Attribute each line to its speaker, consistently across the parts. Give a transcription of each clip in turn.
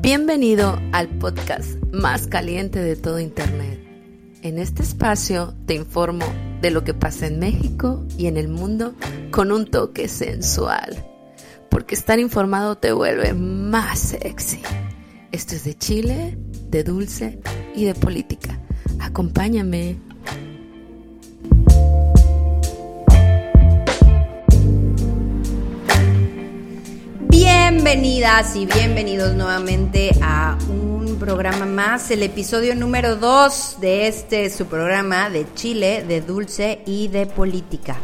Speaker 1: Bienvenido al podcast más caliente de todo Internet. En este espacio te informo de lo que pasa en México y en el mundo con un toque sensual, porque estar informado te vuelve más sexy. Esto es de Chile, de dulce y de política. Acompáñame.
Speaker 2: Bienvenidas y bienvenidos nuevamente a un programa más, el episodio número 2 de este su programa de Chile, de Dulce y de Política.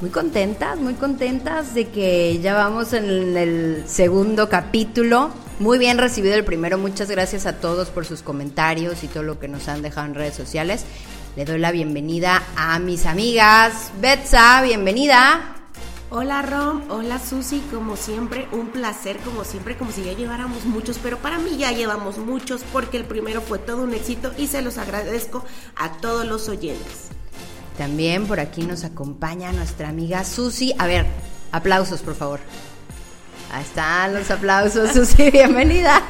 Speaker 2: Muy contentas, muy contentas de que ya vamos en el segundo capítulo. Muy bien recibido el primero, muchas gracias a todos por sus comentarios y todo lo que nos han dejado en redes sociales. Le doy la bienvenida a mis amigas. Betsa, bienvenida.
Speaker 3: Hola Rom, hola Susi, como siempre, un placer, como siempre, como si ya lleváramos muchos, pero para mí ya llevamos muchos porque el primero fue todo un éxito y se los agradezco a todos los oyentes.
Speaker 2: También por aquí nos acompaña nuestra amiga Susi. A ver, aplausos por favor. Ahí están los aplausos, Susi, bienvenida.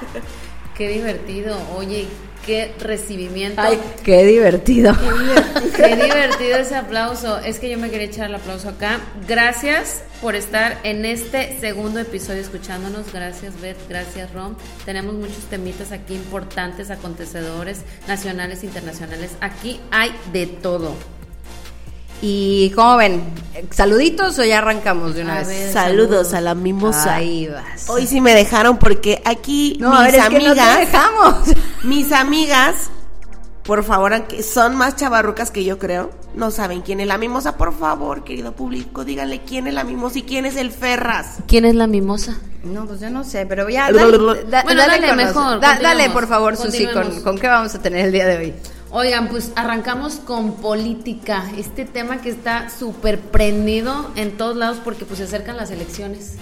Speaker 4: Qué divertido, oye, qué recibimiento.
Speaker 2: Ay, qué divertido.
Speaker 4: Qué divertido. qué divertido. ese aplauso. Es que yo me quería echar el aplauso acá. Gracias por estar en este segundo episodio escuchándonos. Gracias, Beth. Gracias, Rom. Tenemos muchos temitas aquí importantes, acontecedores nacionales, internacionales. Aquí hay de todo.
Speaker 2: Y como ven, saluditos o ya arrancamos de una
Speaker 3: A
Speaker 2: vez.
Speaker 3: ver, Saludos a la mimosa.
Speaker 2: Ahí vas.
Speaker 3: Hoy sí me dejaron porque aquí
Speaker 2: no,
Speaker 3: mis
Speaker 2: a ver, es que no
Speaker 3: amigas,
Speaker 2: te dejamos.
Speaker 3: mis amigas, por favor, aunque son más chavarrucas que yo creo, no saben quién es la mimosa. Por favor, querido público, díganle quién es la mimosa y quién es el Ferras.
Speaker 1: ¿Quién es la mimosa?
Speaker 2: No, pues yo no sé, pero ya dale, da-
Speaker 4: Bueno, dale,
Speaker 2: con
Speaker 4: mejor,
Speaker 2: nos- da- dale,
Speaker 4: continuemos,
Speaker 2: por favor, Susi, con,
Speaker 4: continuemos.
Speaker 2: con qué vamos a tener el día de hoy.
Speaker 4: Oigan, pues arrancamos con política, este tema que está súper prendido en todos lados porque pues se acercan las elecciones.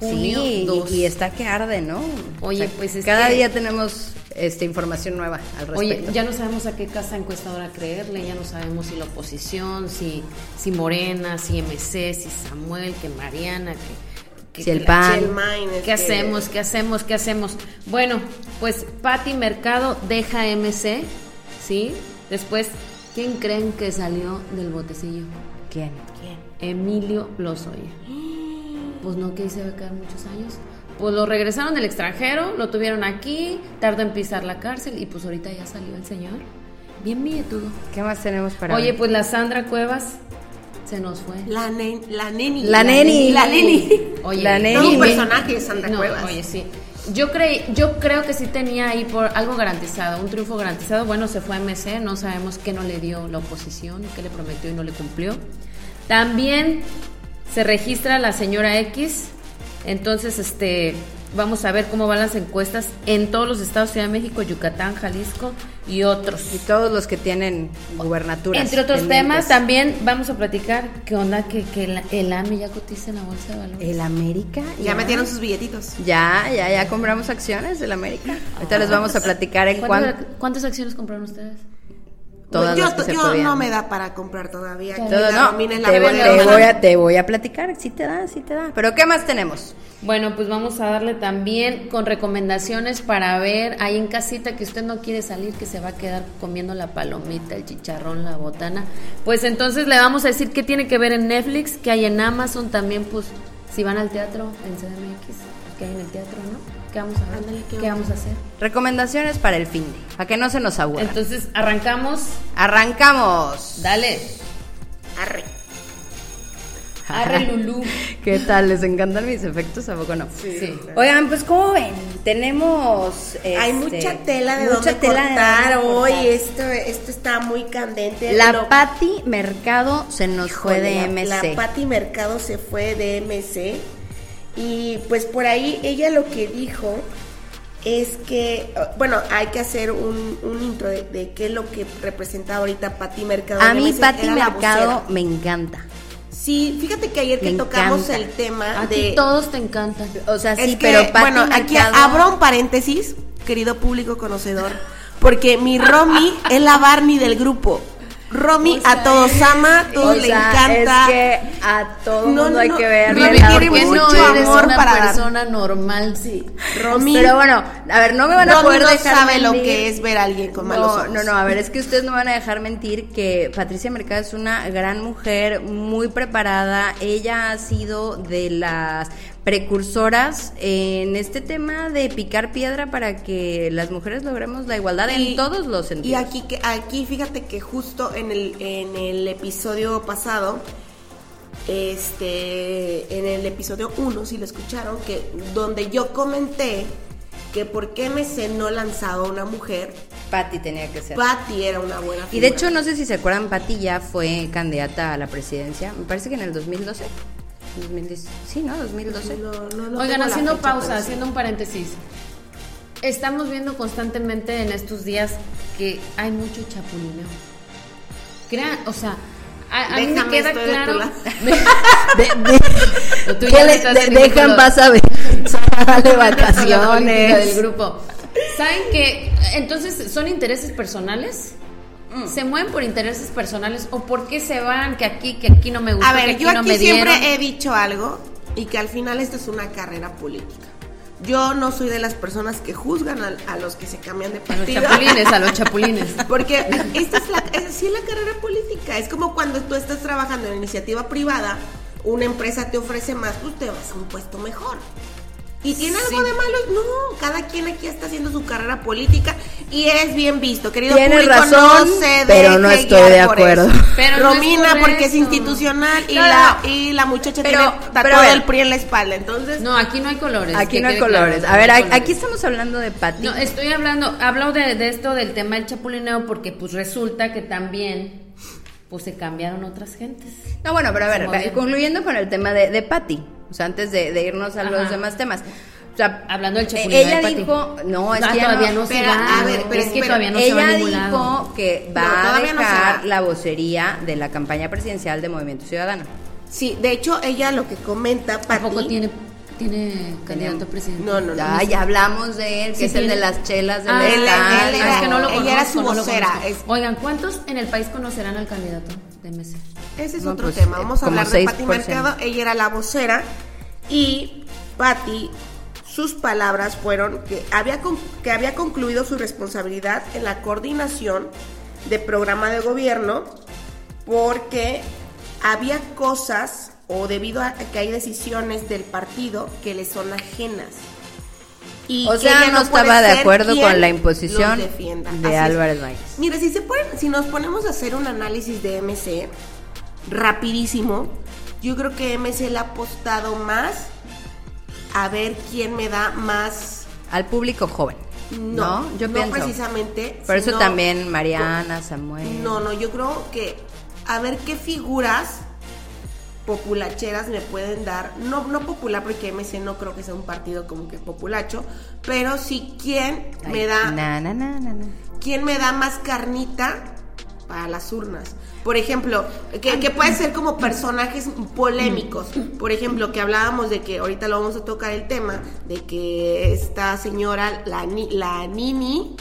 Speaker 4: Junio
Speaker 2: sí, y-
Speaker 4: 2.
Speaker 2: y está que arde, ¿no?
Speaker 4: Oye, pues, es
Speaker 2: cada
Speaker 4: que-
Speaker 2: día tenemos este información nueva al respecto.
Speaker 4: Oye, ya no sabemos a qué casa encuestadora creerle, ya no sabemos si la oposición, si, si Morena, si MC, si Samuel, que Mariana, que... que-
Speaker 2: Si el
Speaker 4: que la
Speaker 2: PAN.
Speaker 4: Chel-
Speaker 3: El Mine, es
Speaker 4: ¿Qué hacemos? ¿Qué hacemos? ¿Qué hacemos? Bueno, pues Patti Mercado deja MC, ¿sí? Después, ¿quién creen que salió del botecillo?
Speaker 2: ¿Quién?
Speaker 4: Emilio Lozoya. Pues no, que ahí se va a quedar muchos años. Pues lo regresaron del extranjero, lo tuvieron aquí, tardó en pisar la cárcel y pues ahorita ya salió el señor. Bien billetudo.
Speaker 2: ¿Qué más tenemos para
Speaker 4: Oye,
Speaker 2: hoy?
Speaker 4: pues la Sandra Cuevas se nos fue.
Speaker 3: La, nen- la neni.
Speaker 2: La neni.
Speaker 3: La neni.
Speaker 4: Oye,
Speaker 2: La
Speaker 4: no,
Speaker 2: neni.
Speaker 3: Todo un
Speaker 4: me-
Speaker 3: personaje, Sandra
Speaker 4: No,
Speaker 3: Cuevas.
Speaker 4: oye, sí. Yo, creí, yo creo que sí tenía ahí por algo garantizado, un triunfo garantizado. Bueno, se fue a MC, no sabemos qué no le dio la oposición, qué le prometió y no le cumplió. También se registra la señora X. Entonces, este, vamos a ver cómo van las encuestas en todos los estados, Ciudad de México, Yucatán, Jalisco y otros.
Speaker 2: Y todos los que tienen gubernaturas.
Speaker 4: Entre otros
Speaker 2: pendientes.
Speaker 3: pues
Speaker 4: temas, también vamos a platicar qué onda que, que el, el AME ya cotiza en la bolsa de valores.
Speaker 2: El América.
Speaker 3: Ya metieron sus billetitos.
Speaker 2: Ya, ya, ya compramos acciones del América. Ahorita
Speaker 3: Ah,
Speaker 2: les
Speaker 3: pues,
Speaker 2: vamos a platicar en
Speaker 4: ¿Cuántas-
Speaker 2: cuántas
Speaker 4: ¿Cuántas acciones compraron ustedes?
Speaker 2: todas
Speaker 3: yo
Speaker 2: las que
Speaker 3: to-
Speaker 2: se
Speaker 3: yo
Speaker 2: podían.
Speaker 3: no me da para comprar todavía. que
Speaker 2: Todo,
Speaker 3: la
Speaker 2: no,
Speaker 3: domina
Speaker 2: te,
Speaker 3: en
Speaker 2: voy-
Speaker 3: bodega.
Speaker 2: te voy a, te voy a platicar, sí te da, sí te da. Pero ¿qué más tenemos?
Speaker 4: Bueno, pues vamos a darle también con recomendaciones para ver ahí en casita que usted no quiere salir, que se va a quedar comiendo la palomita, el chicharrón, la botana. Pues entonces le vamos a decir qué tiene que ver en Netflix, que hay en Amazon también, pues si van al teatro en CDMX, que hay en el teatro, ¿no? ¿Qué vamos a ver?
Speaker 3: Ándale, ¿qué
Speaker 4: ¿Qué vamos a hacer?
Speaker 2: Recomendaciones para el fin de, para que no se nos aburra.
Speaker 4: Entonces arrancamos,
Speaker 2: Arrancamos.
Speaker 4: dale,
Speaker 3: Arre.
Speaker 4: arre Lulú.
Speaker 2: ¿Qué tal? ¿Les encantan mis efectos? ¿A poco no?
Speaker 4: Sí.
Speaker 2: Oigan, pues como ven, tenemos...
Speaker 3: Hay
Speaker 2: este,
Speaker 3: mucha tela de
Speaker 2: mucha
Speaker 3: dónde
Speaker 2: tela de
Speaker 3: cortar
Speaker 2: dónde
Speaker 3: hoy.
Speaker 2: cortar.
Speaker 3: Esto, esto está muy candente.
Speaker 2: La
Speaker 3: Lo-
Speaker 2: Patti Mercado se nos fue de
Speaker 3: Híjole,
Speaker 2: MC.
Speaker 3: la- La Patti Mercado se fue de MC. Y pues por ahí ella lo que dijo es que, bueno, hay que hacer un, un intro de, de qué es lo que representa ahorita Patti Mercado.
Speaker 2: A
Speaker 3: en
Speaker 2: mí
Speaker 3: MC,
Speaker 2: Patti
Speaker 3: era la
Speaker 2: Mercado
Speaker 3: vocera.
Speaker 2: me encanta.
Speaker 3: Sí, fíjate que ayer que
Speaker 2: Me
Speaker 3: tocamos
Speaker 2: encanta.
Speaker 3: el tema
Speaker 4: A
Speaker 3: Ah, de...
Speaker 4: ti todos te encantan.
Speaker 2: O sea,
Speaker 3: Es
Speaker 2: sí,
Speaker 3: que,
Speaker 2: pero Patti
Speaker 3: bueno, aquí
Speaker 2: Mercado-
Speaker 3: abro un paréntesis, querido público conocedor, porque mi Romy es la Barney del grupo. Romy a todos ama, a todos
Speaker 2: O
Speaker 3: le
Speaker 2: sea,
Speaker 3: encanta.
Speaker 2: es que a todo
Speaker 3: No,
Speaker 2: mundo
Speaker 3: no,
Speaker 2: hay
Speaker 3: no.
Speaker 2: que verle
Speaker 3: Vivi,
Speaker 2: la
Speaker 3: ¿por qué
Speaker 4: porque
Speaker 2: oportunidad.
Speaker 4: no
Speaker 3: mucho
Speaker 4: eres
Speaker 3: amor
Speaker 4: una
Speaker 3: para dar.
Speaker 4: persona normal.
Speaker 3: Sí, Romy.
Speaker 2: Pero bueno, a ver, no me van a
Speaker 3: Romy
Speaker 2: poder
Speaker 3: no
Speaker 2: dejar
Speaker 3: sabe lo
Speaker 2: mentir.
Speaker 3: que es ver a alguien con malos
Speaker 2: no,
Speaker 3: ojos.
Speaker 2: No, no, a ver, es que ustedes no van a dejar mentir que Patricia Mercado es una gran mujer, muy preparada. Ella ha sido de las precursoras en este tema de picar piedra para que las mujeres logremos la igualdad en
Speaker 3: Y-
Speaker 2: todos los sentidos.
Speaker 3: Y aquí, que- aquí fíjate que justo en el, en el episodio pasado, este, en el episodio 1, si lo escucharon, que donde yo comenté que por qué MC no lanzaba a una mujer,
Speaker 2: Patti tenía que ser.
Speaker 3: Patty era una buena figura.
Speaker 2: y de hecho, no sé si se acuerdan, Patti ya fue candidata a la presidencia. Me parece que en el 2012. 2010, sí, ¿no? 2012.
Speaker 3: No, no, no
Speaker 4: Oigan,
Speaker 3: tengo la
Speaker 4: haciendo
Speaker 3: fecha,
Speaker 4: pausa,
Speaker 3: pero sí.
Speaker 4: haciendo un paréntesis. Estamos viendo constantemente en estos días que hay mucho chapulineo. Crea- o sea, a, a mí me
Speaker 3: Déjame,
Speaker 4: queda
Speaker 3: estoy de tu
Speaker 4: claro.
Speaker 3: lado.
Speaker 4: Tú
Speaker 2: ¿Qué
Speaker 4: ya no
Speaker 2: le-
Speaker 4: estás
Speaker 2: de-
Speaker 4: en ningún
Speaker 2: dejan
Speaker 4: lado.
Speaker 2: pasar de
Speaker 4: Con la política del
Speaker 2: vacaciones.
Speaker 4: grupo. ¿Saben que entonces son intereses personales?
Speaker 3: Mm.
Speaker 4: ¿Se mueven por intereses personales o por qué se van? Que aquí, que aquí no me gusta,
Speaker 3: A ver,
Speaker 4: que
Speaker 3: yo
Speaker 4: no
Speaker 3: aquí
Speaker 4: me
Speaker 3: siempre
Speaker 4: dieron.
Speaker 3: he dicho algo y que al final esta es una carrera política. Yo no soy de las personas que juzgan a, a los que se cambian de
Speaker 4: A los
Speaker 3: partido.
Speaker 4: chapulines, a los chapulines.
Speaker 3: Porque esta es la, es, sí es la carrera política. Es como cuando tú estás trabajando en iniciativa privada, una empresa te ofrece más, pues te vas a un puesto mejor. ¿Y tiene
Speaker 4: Sí.
Speaker 3: algo de malo? No, cada quien aquí está haciendo su carrera política y es bien visto. Querido
Speaker 2: Tienes
Speaker 3: público,
Speaker 2: razón,
Speaker 3: no se
Speaker 2: pero no
Speaker 3: deje
Speaker 2: estoy
Speaker 3: guiar
Speaker 2: de
Speaker 3: por
Speaker 2: acuerdo.
Speaker 3: eso.
Speaker 4: Pero no es
Speaker 3: Romina,
Speaker 4: por
Speaker 3: porque es
Speaker 4: eso.
Speaker 3: institucional y,
Speaker 4: No,
Speaker 3: la, y la muchacha
Speaker 2: Pero-
Speaker 3: tiene
Speaker 2: pero
Speaker 3: tatuado
Speaker 2: a ver.
Speaker 3: el PRI en la espalda. Entonces,
Speaker 4: No, aquí no hay colores.
Speaker 2: Aquí
Speaker 4: que
Speaker 2: no hay
Speaker 4: quede claro,
Speaker 2: colores.
Speaker 4: no
Speaker 2: A ver,
Speaker 4: hay
Speaker 2: a-
Speaker 4: colores.
Speaker 2: aquí estamos hablando de Pati.
Speaker 4: No, estoy hablando, hablo de, de esto del tema del chapulineo porque pues resulta que también pues se cambiaron otras gentes.
Speaker 2: No, bueno, pero a
Speaker 4: Se
Speaker 2: ver,
Speaker 4: movió.
Speaker 2: concluyendo con el tema de, de Patty, o sea, antes de, de irnos a los
Speaker 4: Ajá.
Speaker 2: demás temas. O sea,
Speaker 4: Hablando del
Speaker 2: eh,
Speaker 4: chapulineo
Speaker 2: Ella
Speaker 4: de Patty.
Speaker 2: dijo, no, es
Speaker 4: Ah,
Speaker 2: que ella
Speaker 4: todavía no,
Speaker 2: no,
Speaker 4: se
Speaker 3: espera,
Speaker 4: va.
Speaker 3: a ver,
Speaker 4: ¿no?
Speaker 3: pero
Speaker 4: es que
Speaker 3: espera.
Speaker 4: todavía no se va a
Speaker 2: ella
Speaker 4: ningún
Speaker 2: dijo
Speaker 4: lado.
Speaker 2: que
Speaker 3: No,
Speaker 2: va a
Speaker 3: todavía no se
Speaker 2: dejar
Speaker 3: va.
Speaker 2: la vocería de la campaña presidencial de Movimiento Ciudadano.
Speaker 3: sí, de hecho, ella lo que comenta,
Speaker 4: Tampoco
Speaker 3: Pati-
Speaker 4: tiene, tiene candidato a presidente.
Speaker 3: No, no, no.
Speaker 2: Ah, Ya, ya hablamos de él, que
Speaker 4: Sí,
Speaker 2: es el
Speaker 4: tiene-
Speaker 2: de las chelas del
Speaker 4: Ah,
Speaker 2: estado.
Speaker 3: él- él
Speaker 4: ah, es que no lo
Speaker 3: ella era
Speaker 4: conozco,
Speaker 3: su
Speaker 4: no lo
Speaker 3: vocera,
Speaker 4: conozco.
Speaker 3: es-
Speaker 4: Oigan, ¿cuántos en el país conocerán al candidato de MC?
Speaker 3: Ese es
Speaker 2: No,
Speaker 3: otro
Speaker 2: pues,
Speaker 3: tema.
Speaker 2: eh,
Speaker 3: Vamos a
Speaker 2: como
Speaker 3: hablar de Pati
Speaker 2: 6%.
Speaker 3: Mercado. Ella era la vocera y Patti, sus palabras fueron que había, con- que había concluido su responsabilidad en la coordinación de programa de gobierno porque había cosas o debido a que hay decisiones del partido que le son ajenas. Y
Speaker 2: O
Speaker 3: que
Speaker 2: sea,
Speaker 3: ella
Speaker 2: no
Speaker 3: puede
Speaker 2: estaba de
Speaker 3: ser
Speaker 2: acuerdo
Speaker 3: quien
Speaker 2: con la
Speaker 3: los
Speaker 2: imposición
Speaker 3: defienda.
Speaker 2: de
Speaker 3: Así es.
Speaker 2: Álvarez Maínez.
Speaker 3: Mira, si se pueden, si nos ponemos a hacer un análisis de MC rapidísimo, yo creo que MC le ha apostado más a ver quién me da más.
Speaker 2: Al público joven. No,
Speaker 3: No,
Speaker 2: yo
Speaker 3: no
Speaker 2: pienso.
Speaker 3: precisamente.
Speaker 2: Por eso
Speaker 3: sino-
Speaker 2: también Mariana, Samuel.
Speaker 3: No, no, yo creo que a ver qué figuras populacheras me pueden dar. No, no popular porque MC no creo que sea un partido como que populacho, pero sí quién
Speaker 2: Ay,
Speaker 3: me da
Speaker 2: na, na, na, na, na.
Speaker 3: quién me da más carnita para las urnas. Por ejemplo, que, que puede ser como personajes polémicos. Por ejemplo, que hablábamos de que ahorita lo vamos a tocar el tema de que esta señora, la, ni- la Nini,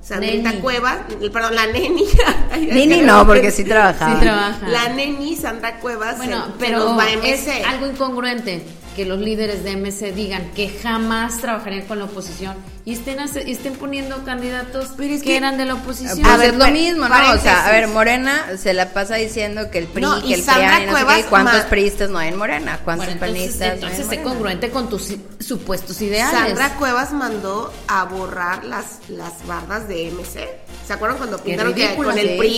Speaker 3: Sandrita
Speaker 4: Neni.
Speaker 3: Cuevas, el- perdón, la Neni.
Speaker 2: Nini no, porque sí trabajaba.
Speaker 4: Sí trabaja.
Speaker 3: La Neni, Sandra Cuevas,
Speaker 4: Bueno,
Speaker 3: se- se
Speaker 4: pero
Speaker 3: nos va a MC.
Speaker 4: es algo incongruente que los líderes de MC digan que jamás trabajarían con la oposición y estén, hace- y estén poniendo candidatos
Speaker 3: Pero es
Speaker 4: que,
Speaker 3: que-
Speaker 4: eran de la oposición.
Speaker 2: Pues
Speaker 3: A ver,
Speaker 2: es lo
Speaker 3: pa-
Speaker 2: mismo, ¿no? O
Speaker 3: paréntesis.
Speaker 2: sea, a ver, Morena se la pasa diciendo que el PRI,
Speaker 3: No, y
Speaker 2: que el PRI,
Speaker 3: Sandra
Speaker 2: no sé qué,
Speaker 3: Cuevas
Speaker 2: ¿y cuántos
Speaker 3: ma-
Speaker 2: priistas no hay en Morena, cuántos
Speaker 4: Bueno, entonces,
Speaker 2: panistas no hay en
Speaker 4: entonces sé
Speaker 2: Morena?
Speaker 4: congruente con tus i- supuestos ideales.
Speaker 3: Sandra Cuevas mandó a borrar las, las bardas de MC. ¿Se acuerdan cuando
Speaker 4: Qué
Speaker 3: pintaron que
Speaker 4: ridículo,
Speaker 3: con el
Speaker 4: sí,
Speaker 3: PRI?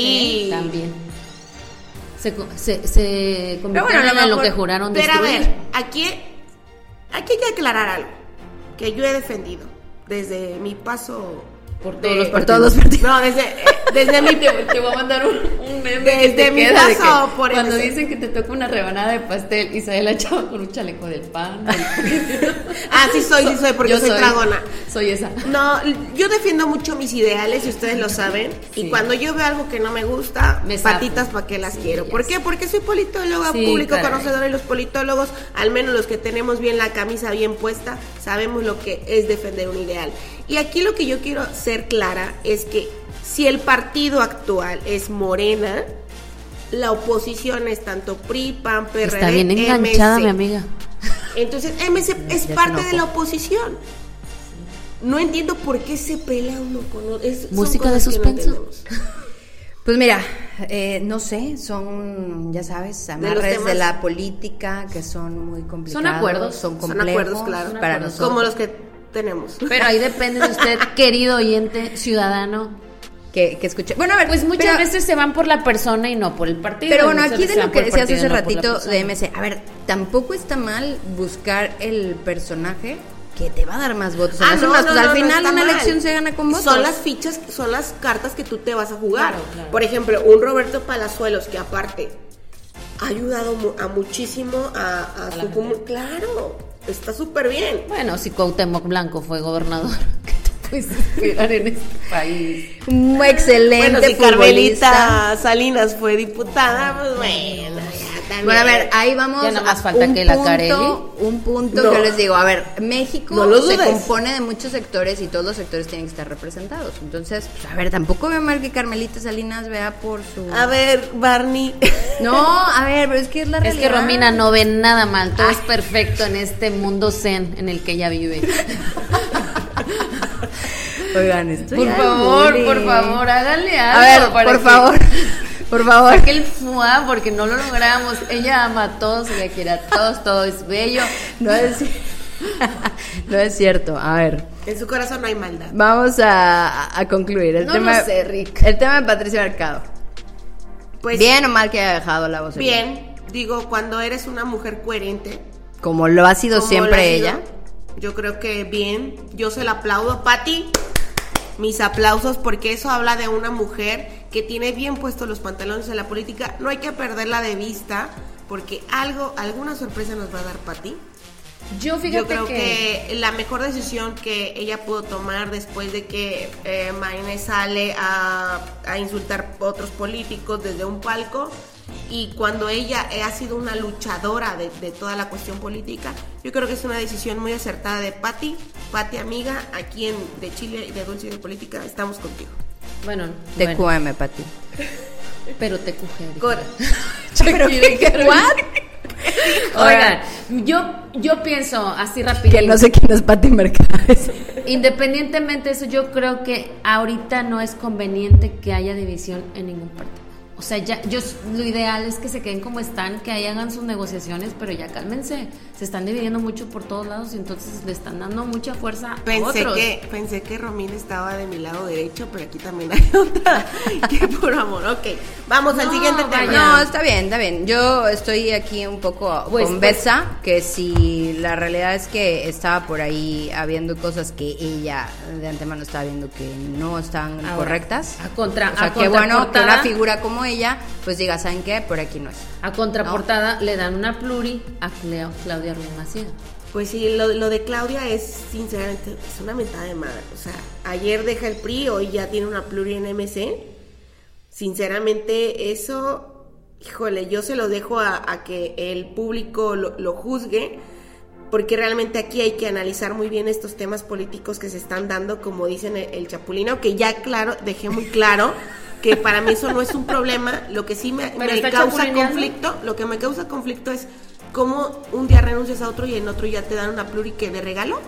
Speaker 4: sí, también. Se, co- se, se
Speaker 2: Pero
Speaker 4: convirtieron
Speaker 2: bueno, a lo
Speaker 4: en lo
Speaker 2: mejor-
Speaker 4: que juraron
Speaker 3: Pero a
Speaker 4: destruir.
Speaker 3: ver, aquí, aquí hay que aclarar algo que yo he defendido desde mi paso
Speaker 4: Por
Speaker 3: de-
Speaker 4: todos los
Speaker 2: Por todos los partidos.
Speaker 3: No, desde, eh, desde mi
Speaker 4: Te voy a mandar un, un meme
Speaker 3: Desde
Speaker 4: que te
Speaker 3: mi
Speaker 4: queda de que
Speaker 3: paso por
Speaker 4: cuando
Speaker 3: MC.
Speaker 4: dicen que te toca una rebanada de pastel y sale la chava con un chaleco del pan. del-
Speaker 3: Ah, sí soy, sí soy, porque
Speaker 4: Yo
Speaker 3: soy dragona.
Speaker 4: Soy esa.
Speaker 3: No, yo defiendo mucho mis ideales y ustedes lo saben.
Speaker 4: Sí.
Speaker 3: Y cuando yo veo algo que no me gusta,
Speaker 4: Me zafo.
Speaker 3: patitas para que las
Speaker 4: Sí,
Speaker 3: quiero.
Speaker 4: ya
Speaker 3: ¿Por
Speaker 4: sé.
Speaker 3: qué? Porque soy politóloga,
Speaker 4: Sí,
Speaker 3: público
Speaker 4: caray.
Speaker 3: conocedora y los politólogos, al menos los que tenemos bien la camisa bien puesta, sabemos lo que es defender un ideal. Y aquí lo que yo quiero ser clara es que si el partido actual es Morena, la oposición es tanto PRI, PAN, PRD,
Speaker 4: Está bien enganchada,
Speaker 3: MC.
Speaker 4: mi amiga.
Speaker 3: Entonces, MC es
Speaker 2: se
Speaker 3: parte de
Speaker 2: enojó.
Speaker 3: la oposición. No entiendo por qué se pelea uno con otro. Es- son
Speaker 4: Música de
Speaker 3: cosas que no
Speaker 4: suspenso.
Speaker 3: entendemos.
Speaker 2: Pues mira, eh, no sé, son, ya sabes,
Speaker 3: los
Speaker 2: amarres de,
Speaker 3: temas.
Speaker 2: la política que son muy complicados.
Speaker 4: acuerdos,
Speaker 2: Son
Speaker 4: son
Speaker 2: complejos
Speaker 3: acuerdos, claro.
Speaker 2: para
Speaker 4: Son acuerdos.
Speaker 2: nosotros.
Speaker 3: Como los que tenemos.
Speaker 4: Pero ahí depende de usted, querido oyente, ciudadano.
Speaker 2: Que, que escuché. Bueno, a ver,
Speaker 4: Pues muchas
Speaker 2: pero-
Speaker 4: veces se van por la persona y no por el partido.
Speaker 2: Pero bueno,
Speaker 4: Muchas
Speaker 2: aquí
Speaker 4: veces
Speaker 2: de
Speaker 4: se
Speaker 2: lo
Speaker 4: van
Speaker 2: que
Speaker 4: por el
Speaker 2: decías hace
Speaker 4: partido y no por la
Speaker 2: ratito de
Speaker 4: persona.
Speaker 2: MC, a ver, tampoco está mal buscar el personaje que te va a dar más votos.
Speaker 3: Ah,
Speaker 2: Más o
Speaker 3: no,
Speaker 2: menos,
Speaker 3: no,
Speaker 2: pues,
Speaker 3: no,
Speaker 2: al
Speaker 3: no
Speaker 2: final
Speaker 3: está
Speaker 2: una
Speaker 3: mal.
Speaker 2: elección se gana con votos.
Speaker 3: Son las fichas, son las cartas que tú te vas a jugar.
Speaker 4: Claro, claro.
Speaker 3: Por ejemplo, un Roberto Palazuelos que aparte ha ayudado mu- a muchísimo a, a
Speaker 4: la
Speaker 3: su comu- Claro, está súper bien.
Speaker 4: Bueno, si Cuauhtémoc Blanco fue gobernador, ¿qué te puedes esperar en este país?
Speaker 2: Un excelente
Speaker 3: Bueno, si
Speaker 2: futbolista.
Speaker 3: Carmelita Salinas fue diputada, pues bueno, ya también.
Speaker 2: Bueno, a ver, ahí vamos
Speaker 4: Ya nada más
Speaker 2: a
Speaker 4: falta
Speaker 2: un
Speaker 4: que la Carelli.
Speaker 2: punto, un punto
Speaker 3: No.
Speaker 2: que les digo, a ver, México
Speaker 3: No lo
Speaker 2: se
Speaker 3: dudes.
Speaker 2: compone de muchos sectores y todos los sectores tienen que estar representados. Entonces, pues, a ver, tampoco veo mal que Carmelita Salinas vea por su
Speaker 3: A ver, Barney.
Speaker 2: No, a ver, pero es que es la
Speaker 4: Es
Speaker 2: realidad.
Speaker 4: que Romina no ve nada mal, todo
Speaker 2: Ah.
Speaker 4: es perfecto en este mundo zen en el que ella vive.
Speaker 2: Oigan, esto
Speaker 4: Por
Speaker 2: ya es
Speaker 4: favor,
Speaker 2: bullying.
Speaker 4: por favor, hágale
Speaker 2: A
Speaker 4: algo.
Speaker 2: ver,
Speaker 4: para
Speaker 2: por
Speaker 4: que-
Speaker 2: favor. Por favor.
Speaker 4: para que el fuá, porque no lo logramos. Ella ama a todos, ella quiere a todos, todo es bello.
Speaker 2: No es No es cierto. A ver,
Speaker 3: En su corazón no hay maldad.
Speaker 2: vamos a, a concluir el
Speaker 4: No lo
Speaker 2: tema
Speaker 4: sé, Rick.
Speaker 2: El tema de Patricia Mercado.
Speaker 3: Pues
Speaker 2: Bien o mal que haya dejado la voz.
Speaker 3: bien, digo, cuando eres una mujer coherente,
Speaker 2: Como lo ha sido
Speaker 3: como
Speaker 2: siempre
Speaker 3: lo ha
Speaker 2: ella.
Speaker 3: sido, Yo creo que bien, yo se la aplaudo, Patti. Mis aplausos porque eso habla de una mujer que tiene bien puestos los pantalones en la política. No hay que perderla de vista porque algo, alguna sorpresa nos va a dar Patti.
Speaker 4: Yo
Speaker 3: Yo
Speaker 4: fíjate
Speaker 3: creo que... la mejor decisión que ella pudo tomar después de que eh, Marine sale a, a insultar a otros políticos desde un palco y cuando ella eh, ha sido una luchadora de, de toda la cuestión política, yo creo que es una decisión muy acertada de Patti. Patti, amiga, aquí en de Chile y de Dulce y de Política, estamos contigo.
Speaker 4: Bueno,
Speaker 2: Te
Speaker 4: bueno,
Speaker 2: cueme, Pati.
Speaker 4: pero te cujeré.
Speaker 3: Cor-
Speaker 2: Pero
Speaker 4: Shakira
Speaker 2: qué-
Speaker 4: y
Speaker 2: what?
Speaker 4: Oigan, yo, yo pienso así rapidito.
Speaker 2: Que no sé quién es Pati Mercado.
Speaker 4: Independientemente de eso, yo creo que ahorita no es conveniente que haya división en ningún partido. O sea, ya, yo, lo ideal es que se queden como están, que ahí hagan sus negociaciones, pero ya cálmense. Se están dividiendo mucho por todos lados y entonces le están dando mucha fuerza a
Speaker 3: Pensé
Speaker 4: otros.
Speaker 3: que, pensé que Romina estaba de mi lado derecho, pero aquí también hay otra. Qué puro amor. Ok, vamos al
Speaker 4: No,
Speaker 3: siguiente
Speaker 4: vaya.
Speaker 3: tema.
Speaker 2: No, está bien, está bien. Yo estoy aquí un poco
Speaker 4: Pues,
Speaker 2: con
Speaker 4: pues.
Speaker 2: Betsa, que si la realidad es que estaba por ahí habiendo cosas que ella de antemano estaba viendo que no estaban
Speaker 4: Ahora,
Speaker 2: correctas.
Speaker 4: a contra-
Speaker 2: o sea,
Speaker 4: a
Speaker 2: qué bueno que
Speaker 4: contraportada.
Speaker 2: una figura como ella, pues diga, ¿saben qué? Por aquí no es.
Speaker 4: A contraportada le dan una pluri a Cleo- Claudia Ruiz Macié.
Speaker 3: Pues sí, lo, lo de Claudia es sinceramente es una mentada de madre. O sea, ayer deja el PRI, hoy ya tiene una pluri en MC. Sinceramente, eso, híjole, yo se lo dejo a, a que el público lo, lo juzgue, porque realmente aquí hay que analizar muy bien estos temas políticos que se están dando, como dicen el, el Chapulino, que ya claro, dejé muy claro que para mí eso no es un problema. Lo que sí me,
Speaker 4: Pero
Speaker 3: me
Speaker 4: está
Speaker 3: causa
Speaker 4: chapulineando.
Speaker 3: conflicto conflicto, lo que me causa conflicto es cómo un día renuncias a otro y en otro ya te dan una pluri que de regalo.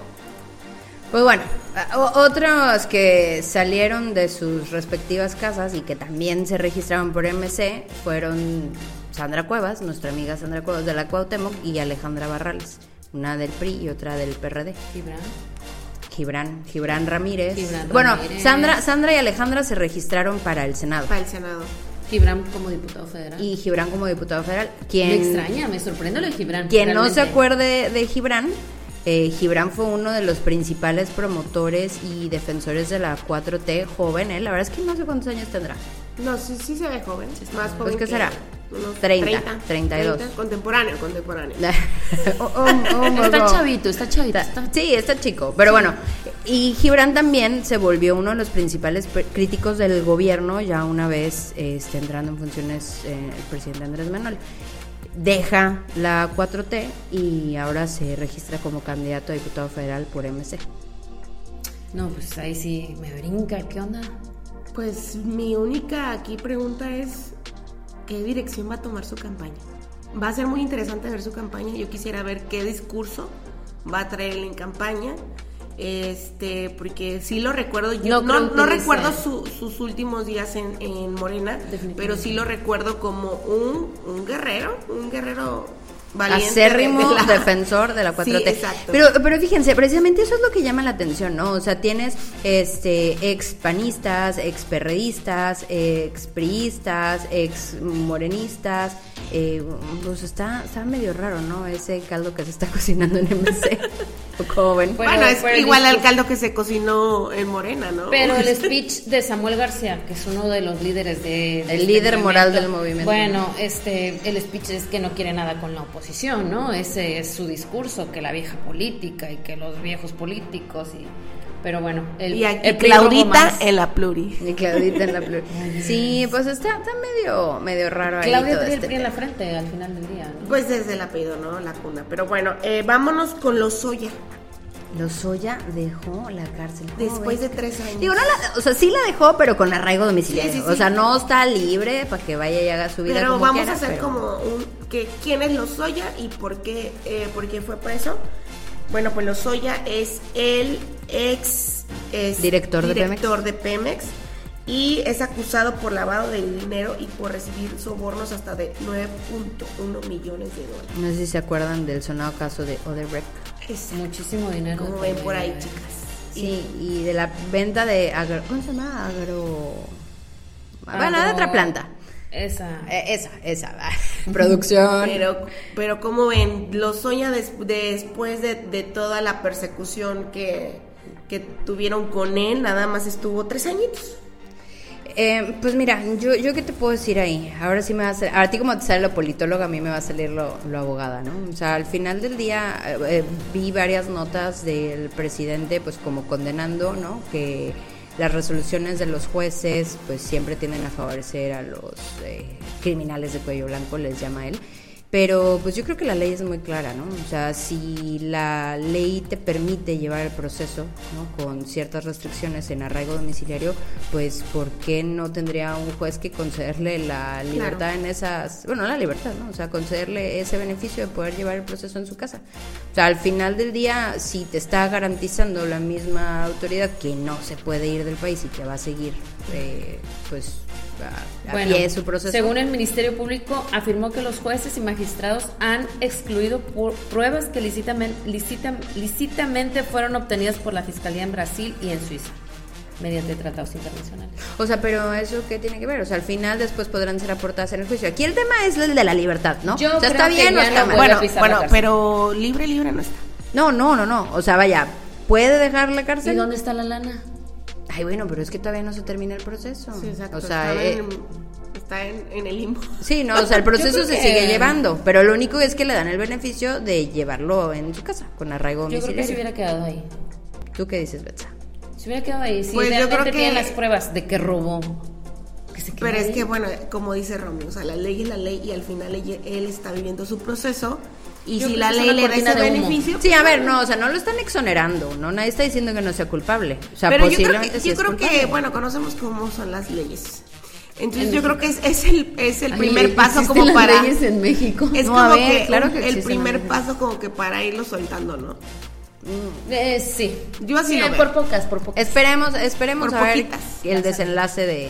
Speaker 2: Pues bueno, a- o- otros que salieron de sus respectivas casas y que también se registraron por MC fueron Sandra Cuevas, nuestra amiga Sandra Cuevas de la Cuauhtémoc y Alejandra Barrales, una del PRI y otra del PRD. Gibran, Gibran Ramírez.
Speaker 4: Gibran
Speaker 2: bueno,
Speaker 4: Ramírez.
Speaker 2: Sandra, Sandra y Alejandra se registraron para el Senado
Speaker 3: Para el Senado.
Speaker 4: Gibran como diputado federal.
Speaker 2: y Gibran como diputado federal.
Speaker 4: me
Speaker 2: Quien,
Speaker 4: extraña, me sorprende lo de Gibran.
Speaker 2: quien no se
Speaker 4: realmente.
Speaker 2: acuerde de Gibran, eh, Gibran fue uno de los principales promotores y defensores de la 4T joven. ¿eh? La verdad es que no sé cuántos años tendrá.
Speaker 3: No, sí, sí se ve joven, es más joven.
Speaker 2: Pues, ¿qué
Speaker 3: que
Speaker 2: será?
Speaker 3: unos
Speaker 2: 30, 32.
Speaker 3: contemporáneo, contemporáneo.
Speaker 2: Oh, oh, oh, my
Speaker 4: Está
Speaker 2: God.
Speaker 4: chavito, está chavito. está-
Speaker 2: Sí, está chico, pero bueno. Y Gibran también se volvió uno de los principales pr- críticos del gobierno ya una vez este, entrando en funciones eh, el presidente Andrés Manuel. Deja la 4T y ahora se registra como candidato a diputado federal por MC.
Speaker 4: No, pues ahí sí me brinca, ¿qué onda?
Speaker 3: Pues mi única aquí pregunta es qué dirección va a tomar su campaña. Va a ser muy interesante ver su campaña. Yo quisiera ver qué discurso va a traer en campaña. Este, porque sí lo recuerdo, yo
Speaker 4: No
Speaker 3: no,
Speaker 4: creo que
Speaker 3: no
Speaker 4: sea.
Speaker 3: recuerdo su- sus últimos días en, en Morena,
Speaker 4: Definitivamente.
Speaker 3: pero sí lo recuerdo como un, un guerrero, un guerrero valiente. de-
Speaker 2: acérrimo
Speaker 3: de la-
Speaker 2: defensor de la 4T.
Speaker 3: Sí, exacto.
Speaker 2: Pero, pero fíjense, precisamente eso es lo que llama la atención, ¿no? O sea, tienes este ex panistas, ex perredistas, ex priistas, ex morenistas. eh, pues está, está medio raro, ¿no? Ese caldo que se está cocinando en MC. ¿Cómo ven?
Speaker 4: Bueno,
Speaker 3: bueno, es
Speaker 4: pero el
Speaker 3: igual al
Speaker 4: discurso-
Speaker 3: caldo que se cocinó en Morena, ¿no?
Speaker 4: Pero el speech de Samuel García, que es uno de los líderes de, de
Speaker 2: El
Speaker 4: este
Speaker 2: líder moral del movimiento.
Speaker 4: Bueno, este, el speech es que no quiere nada con la oposición, ¿no? Ese es su discurso, que la vieja política y que los viejos políticos y pero bueno, el,
Speaker 3: y aquí
Speaker 4: el prólogo
Speaker 3: Claudita
Speaker 4: más.
Speaker 3: en la pluri.
Speaker 2: Y Claudita en la plur. Sí, pues está, está medio, medio raro ahí
Speaker 4: Claudia
Speaker 2: todo
Speaker 4: tiene el
Speaker 2: este
Speaker 4: PRI en la frente al final del día, ¿no?
Speaker 3: Pues desde el apellido, ¿no? La cuna. Pero bueno, eh, vámonos con los Oya.
Speaker 2: Lozoya dejó la cárcel. ¿Cómo
Speaker 3: Después
Speaker 2: ves?
Speaker 3: de tres años.
Speaker 2: Digo, no la- o sea, sí la dejó, pero con arraigo domiciliario.
Speaker 3: Sí, sí, sí.
Speaker 2: O sea, no está libre para que vaya y haga su vida.
Speaker 3: pero
Speaker 2: como
Speaker 3: vamos
Speaker 2: quiera,
Speaker 3: a hacer
Speaker 2: pero-
Speaker 3: como un que quién es Lozoya y por qué eh, por qué fue preso. Bueno, pues Lozoya es el ex es
Speaker 2: Director de
Speaker 3: director de Pemex y es acusado por lavado de dinero y por recibir sobornos hasta de 9.1 millones de dólares.
Speaker 2: No sé si se acuerdan del sonado caso de Odebrecht.
Speaker 4: Muchísimo dinero.
Speaker 3: Como ven por ahí, chicas.
Speaker 2: Sí, y de la venta de agro. ¿Cómo se llama? Agro. Bueno,
Speaker 4: Agro-
Speaker 2: de otra planta.
Speaker 4: Ah, Esa.
Speaker 2: Eh, Esa, esa. Producción.
Speaker 3: Pero, pero como ven, lo soña des- después de, de toda la persecución que, que tuvieron con él, nada más estuvo tres añitos.
Speaker 2: Eh, pues mira, yo, yo qué te puedo decir ahí. Ahora sí me va a salir. A ti, como te sale lo politólogo, a mí me va a salir lo, lo abogada, ¿no? O sea, al final del día eh, eh, vi varias notas del presidente, pues como condenando, ¿no? Que las resoluciones de los jueces, pues siempre tienden a favorecer a los eh, criminales de cuello blanco, les llama él. Pero pues yo creo que la ley es muy clara, ¿no? O sea, si la ley te permite llevar el proceso, ¿no? Con ciertas restricciones en arraigo domiciliario, pues ¿por qué no tendría un juez que concederle la libertad en esas, bueno, la libertad, ¿no? O sea, concederle ese beneficio de poder llevar el proceso en su casa. O sea, al final del día, si te está garantizando la misma autoridad que no se puede ir del país y que va a seguir, eh, pues, a, a pie su proceso.
Speaker 4: Según el Ministerio Público, afirmó que los jueces y magistrados han excluido pu- pruebas que lícitamen- lícitam- lícitamente fueron obtenidas por la Fiscalía en Brasil y en Suiza mediante tratados internacionales.
Speaker 2: O sea, pero eso qué tiene que ver? O sea, al final después podrán ser aportadas en el juicio. Aquí el tema es el de la libertad, ¿no?
Speaker 4: Yo
Speaker 2: o sea,
Speaker 4: creo
Speaker 2: está
Speaker 4: que
Speaker 2: bien o
Speaker 4: ya
Speaker 2: está
Speaker 4: no
Speaker 2: mal.
Speaker 4: vuelve
Speaker 3: Bueno,
Speaker 4: a pisar
Speaker 3: bueno,
Speaker 4: la cárcel.
Speaker 3: pero libre, libre no está.
Speaker 2: No, no, no, no. O sea, vaya, puede dejar la
Speaker 4: ¿Y
Speaker 2: cárcel.
Speaker 4: dónde está la lana?
Speaker 2: Ay, bueno, pero es que todavía no se termina el proceso. O sea,
Speaker 3: está,
Speaker 2: eh,
Speaker 3: en, está en- en el limbo.
Speaker 2: sí, no, o sea, el proceso
Speaker 4: creo
Speaker 2: se
Speaker 4: que-
Speaker 2: sigue llevando, pero lo único es que le dan el beneficio de llevarlo en su casa con arraigo
Speaker 4: Yo creo que
Speaker 2: domiciliario.
Speaker 4: se hubiera quedado ahí.
Speaker 2: ¿Tú qué dices, Betsa?
Speaker 4: Se hubiera quedado ahí. Si
Speaker 3: Pues yo
Speaker 4: realmente
Speaker 3: creo que-
Speaker 4: tienen las pruebas de que robó. que se
Speaker 3: Pero
Speaker 4: quede
Speaker 3: es
Speaker 4: ahí.
Speaker 3: que, bueno, como dice Romeo, o sea, la ley es la ley y al final ella- él está viviendo su proceso. Y
Speaker 4: Yo
Speaker 3: si
Speaker 4: creo
Speaker 3: la
Speaker 4: que es
Speaker 3: ley
Speaker 4: una
Speaker 3: le da
Speaker 4: cortina
Speaker 3: ese
Speaker 4: de humo.
Speaker 3: beneficio.
Speaker 2: Sí, a ver, no, o sea, no lo están exonerando, no nadie está diciendo que no sea culpable. O sea,
Speaker 3: pero yo creo,
Speaker 2: posiblemente
Speaker 3: que,
Speaker 2: sí
Speaker 3: yo
Speaker 2: es
Speaker 3: creo que,
Speaker 2: culpable.
Speaker 3: bueno, conocemos cómo son las leyes. Entonces, yo creo que es, es el, es el
Speaker 4: Ay,
Speaker 3: primer paso
Speaker 4: existen
Speaker 3: como
Speaker 4: las
Speaker 3: para.
Speaker 4: leyes en México.
Speaker 3: Es
Speaker 2: No,
Speaker 3: como
Speaker 2: a ver,
Speaker 3: que,
Speaker 2: claro
Speaker 3: un-
Speaker 2: que
Speaker 3: el
Speaker 2: existen
Speaker 3: primer
Speaker 2: las leyes.
Speaker 3: paso como que para irlo soltando, ¿no?
Speaker 4: Eh, sí.
Speaker 3: Yo así
Speaker 4: Sí,
Speaker 3: lo veo.
Speaker 4: por pocas, por pocas.
Speaker 2: Esperemos, esperemos
Speaker 3: Por
Speaker 2: a ver
Speaker 3: poquitas.
Speaker 2: el desenlace de.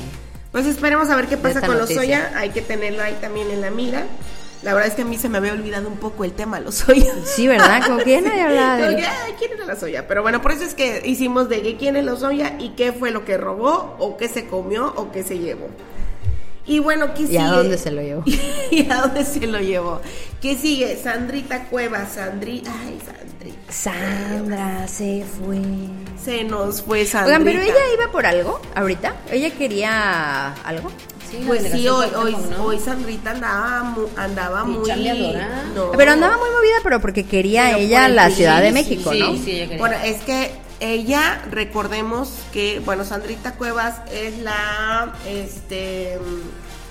Speaker 3: Pues esperemos a ver qué pasa
Speaker 2: esta
Speaker 3: con los
Speaker 2: noticia.
Speaker 3: Oya. Hay que tenerlo ahí también en la mira. La verdad es que a mí se me había olvidado un poco el tema, los Oya.
Speaker 2: Sí, ¿verdad? Como que ya nadie hablaba de
Speaker 3: Pero
Speaker 2: él.
Speaker 3: ya, ¿Quién era la soya? Pero bueno, por eso es que hicimos de que quién es la soya y qué fue lo que robó o qué se comió o qué se llevó. Y bueno, ¿qué
Speaker 2: ¿Y
Speaker 3: sigue?
Speaker 2: a dónde se lo llevó?
Speaker 3: ¿Y a dónde se lo llevó? ¿Qué sigue? Sandrita Cuevas, Sandri... Ay, Sandrita.
Speaker 2: Sandra se fue.
Speaker 3: Se nos fue Sandrita.
Speaker 2: Oigan, pero ella iba por algo ahorita. Ella quería algo.
Speaker 4: Sí, la
Speaker 3: Pues sí,
Speaker 4: delegación
Speaker 3: hoy, hoy,
Speaker 4: Cuauhtémoc, ¿no?
Speaker 3: hoy Sandrita andaba, mu- andaba
Speaker 4: Ni
Speaker 3: muy...
Speaker 4: chambeadora.
Speaker 3: No.
Speaker 2: Pero andaba muy movida, Oh. pero porque quería
Speaker 3: Pero
Speaker 2: ella
Speaker 3: por el
Speaker 2: la
Speaker 3: PRI,
Speaker 2: Ciudad de
Speaker 3: sí,
Speaker 2: México,
Speaker 4: sí,
Speaker 2: ¿no?
Speaker 4: sí, ella quería.
Speaker 3: Bueno, es que ella, recordemos que, bueno, Sandrita Cuevas es la, este,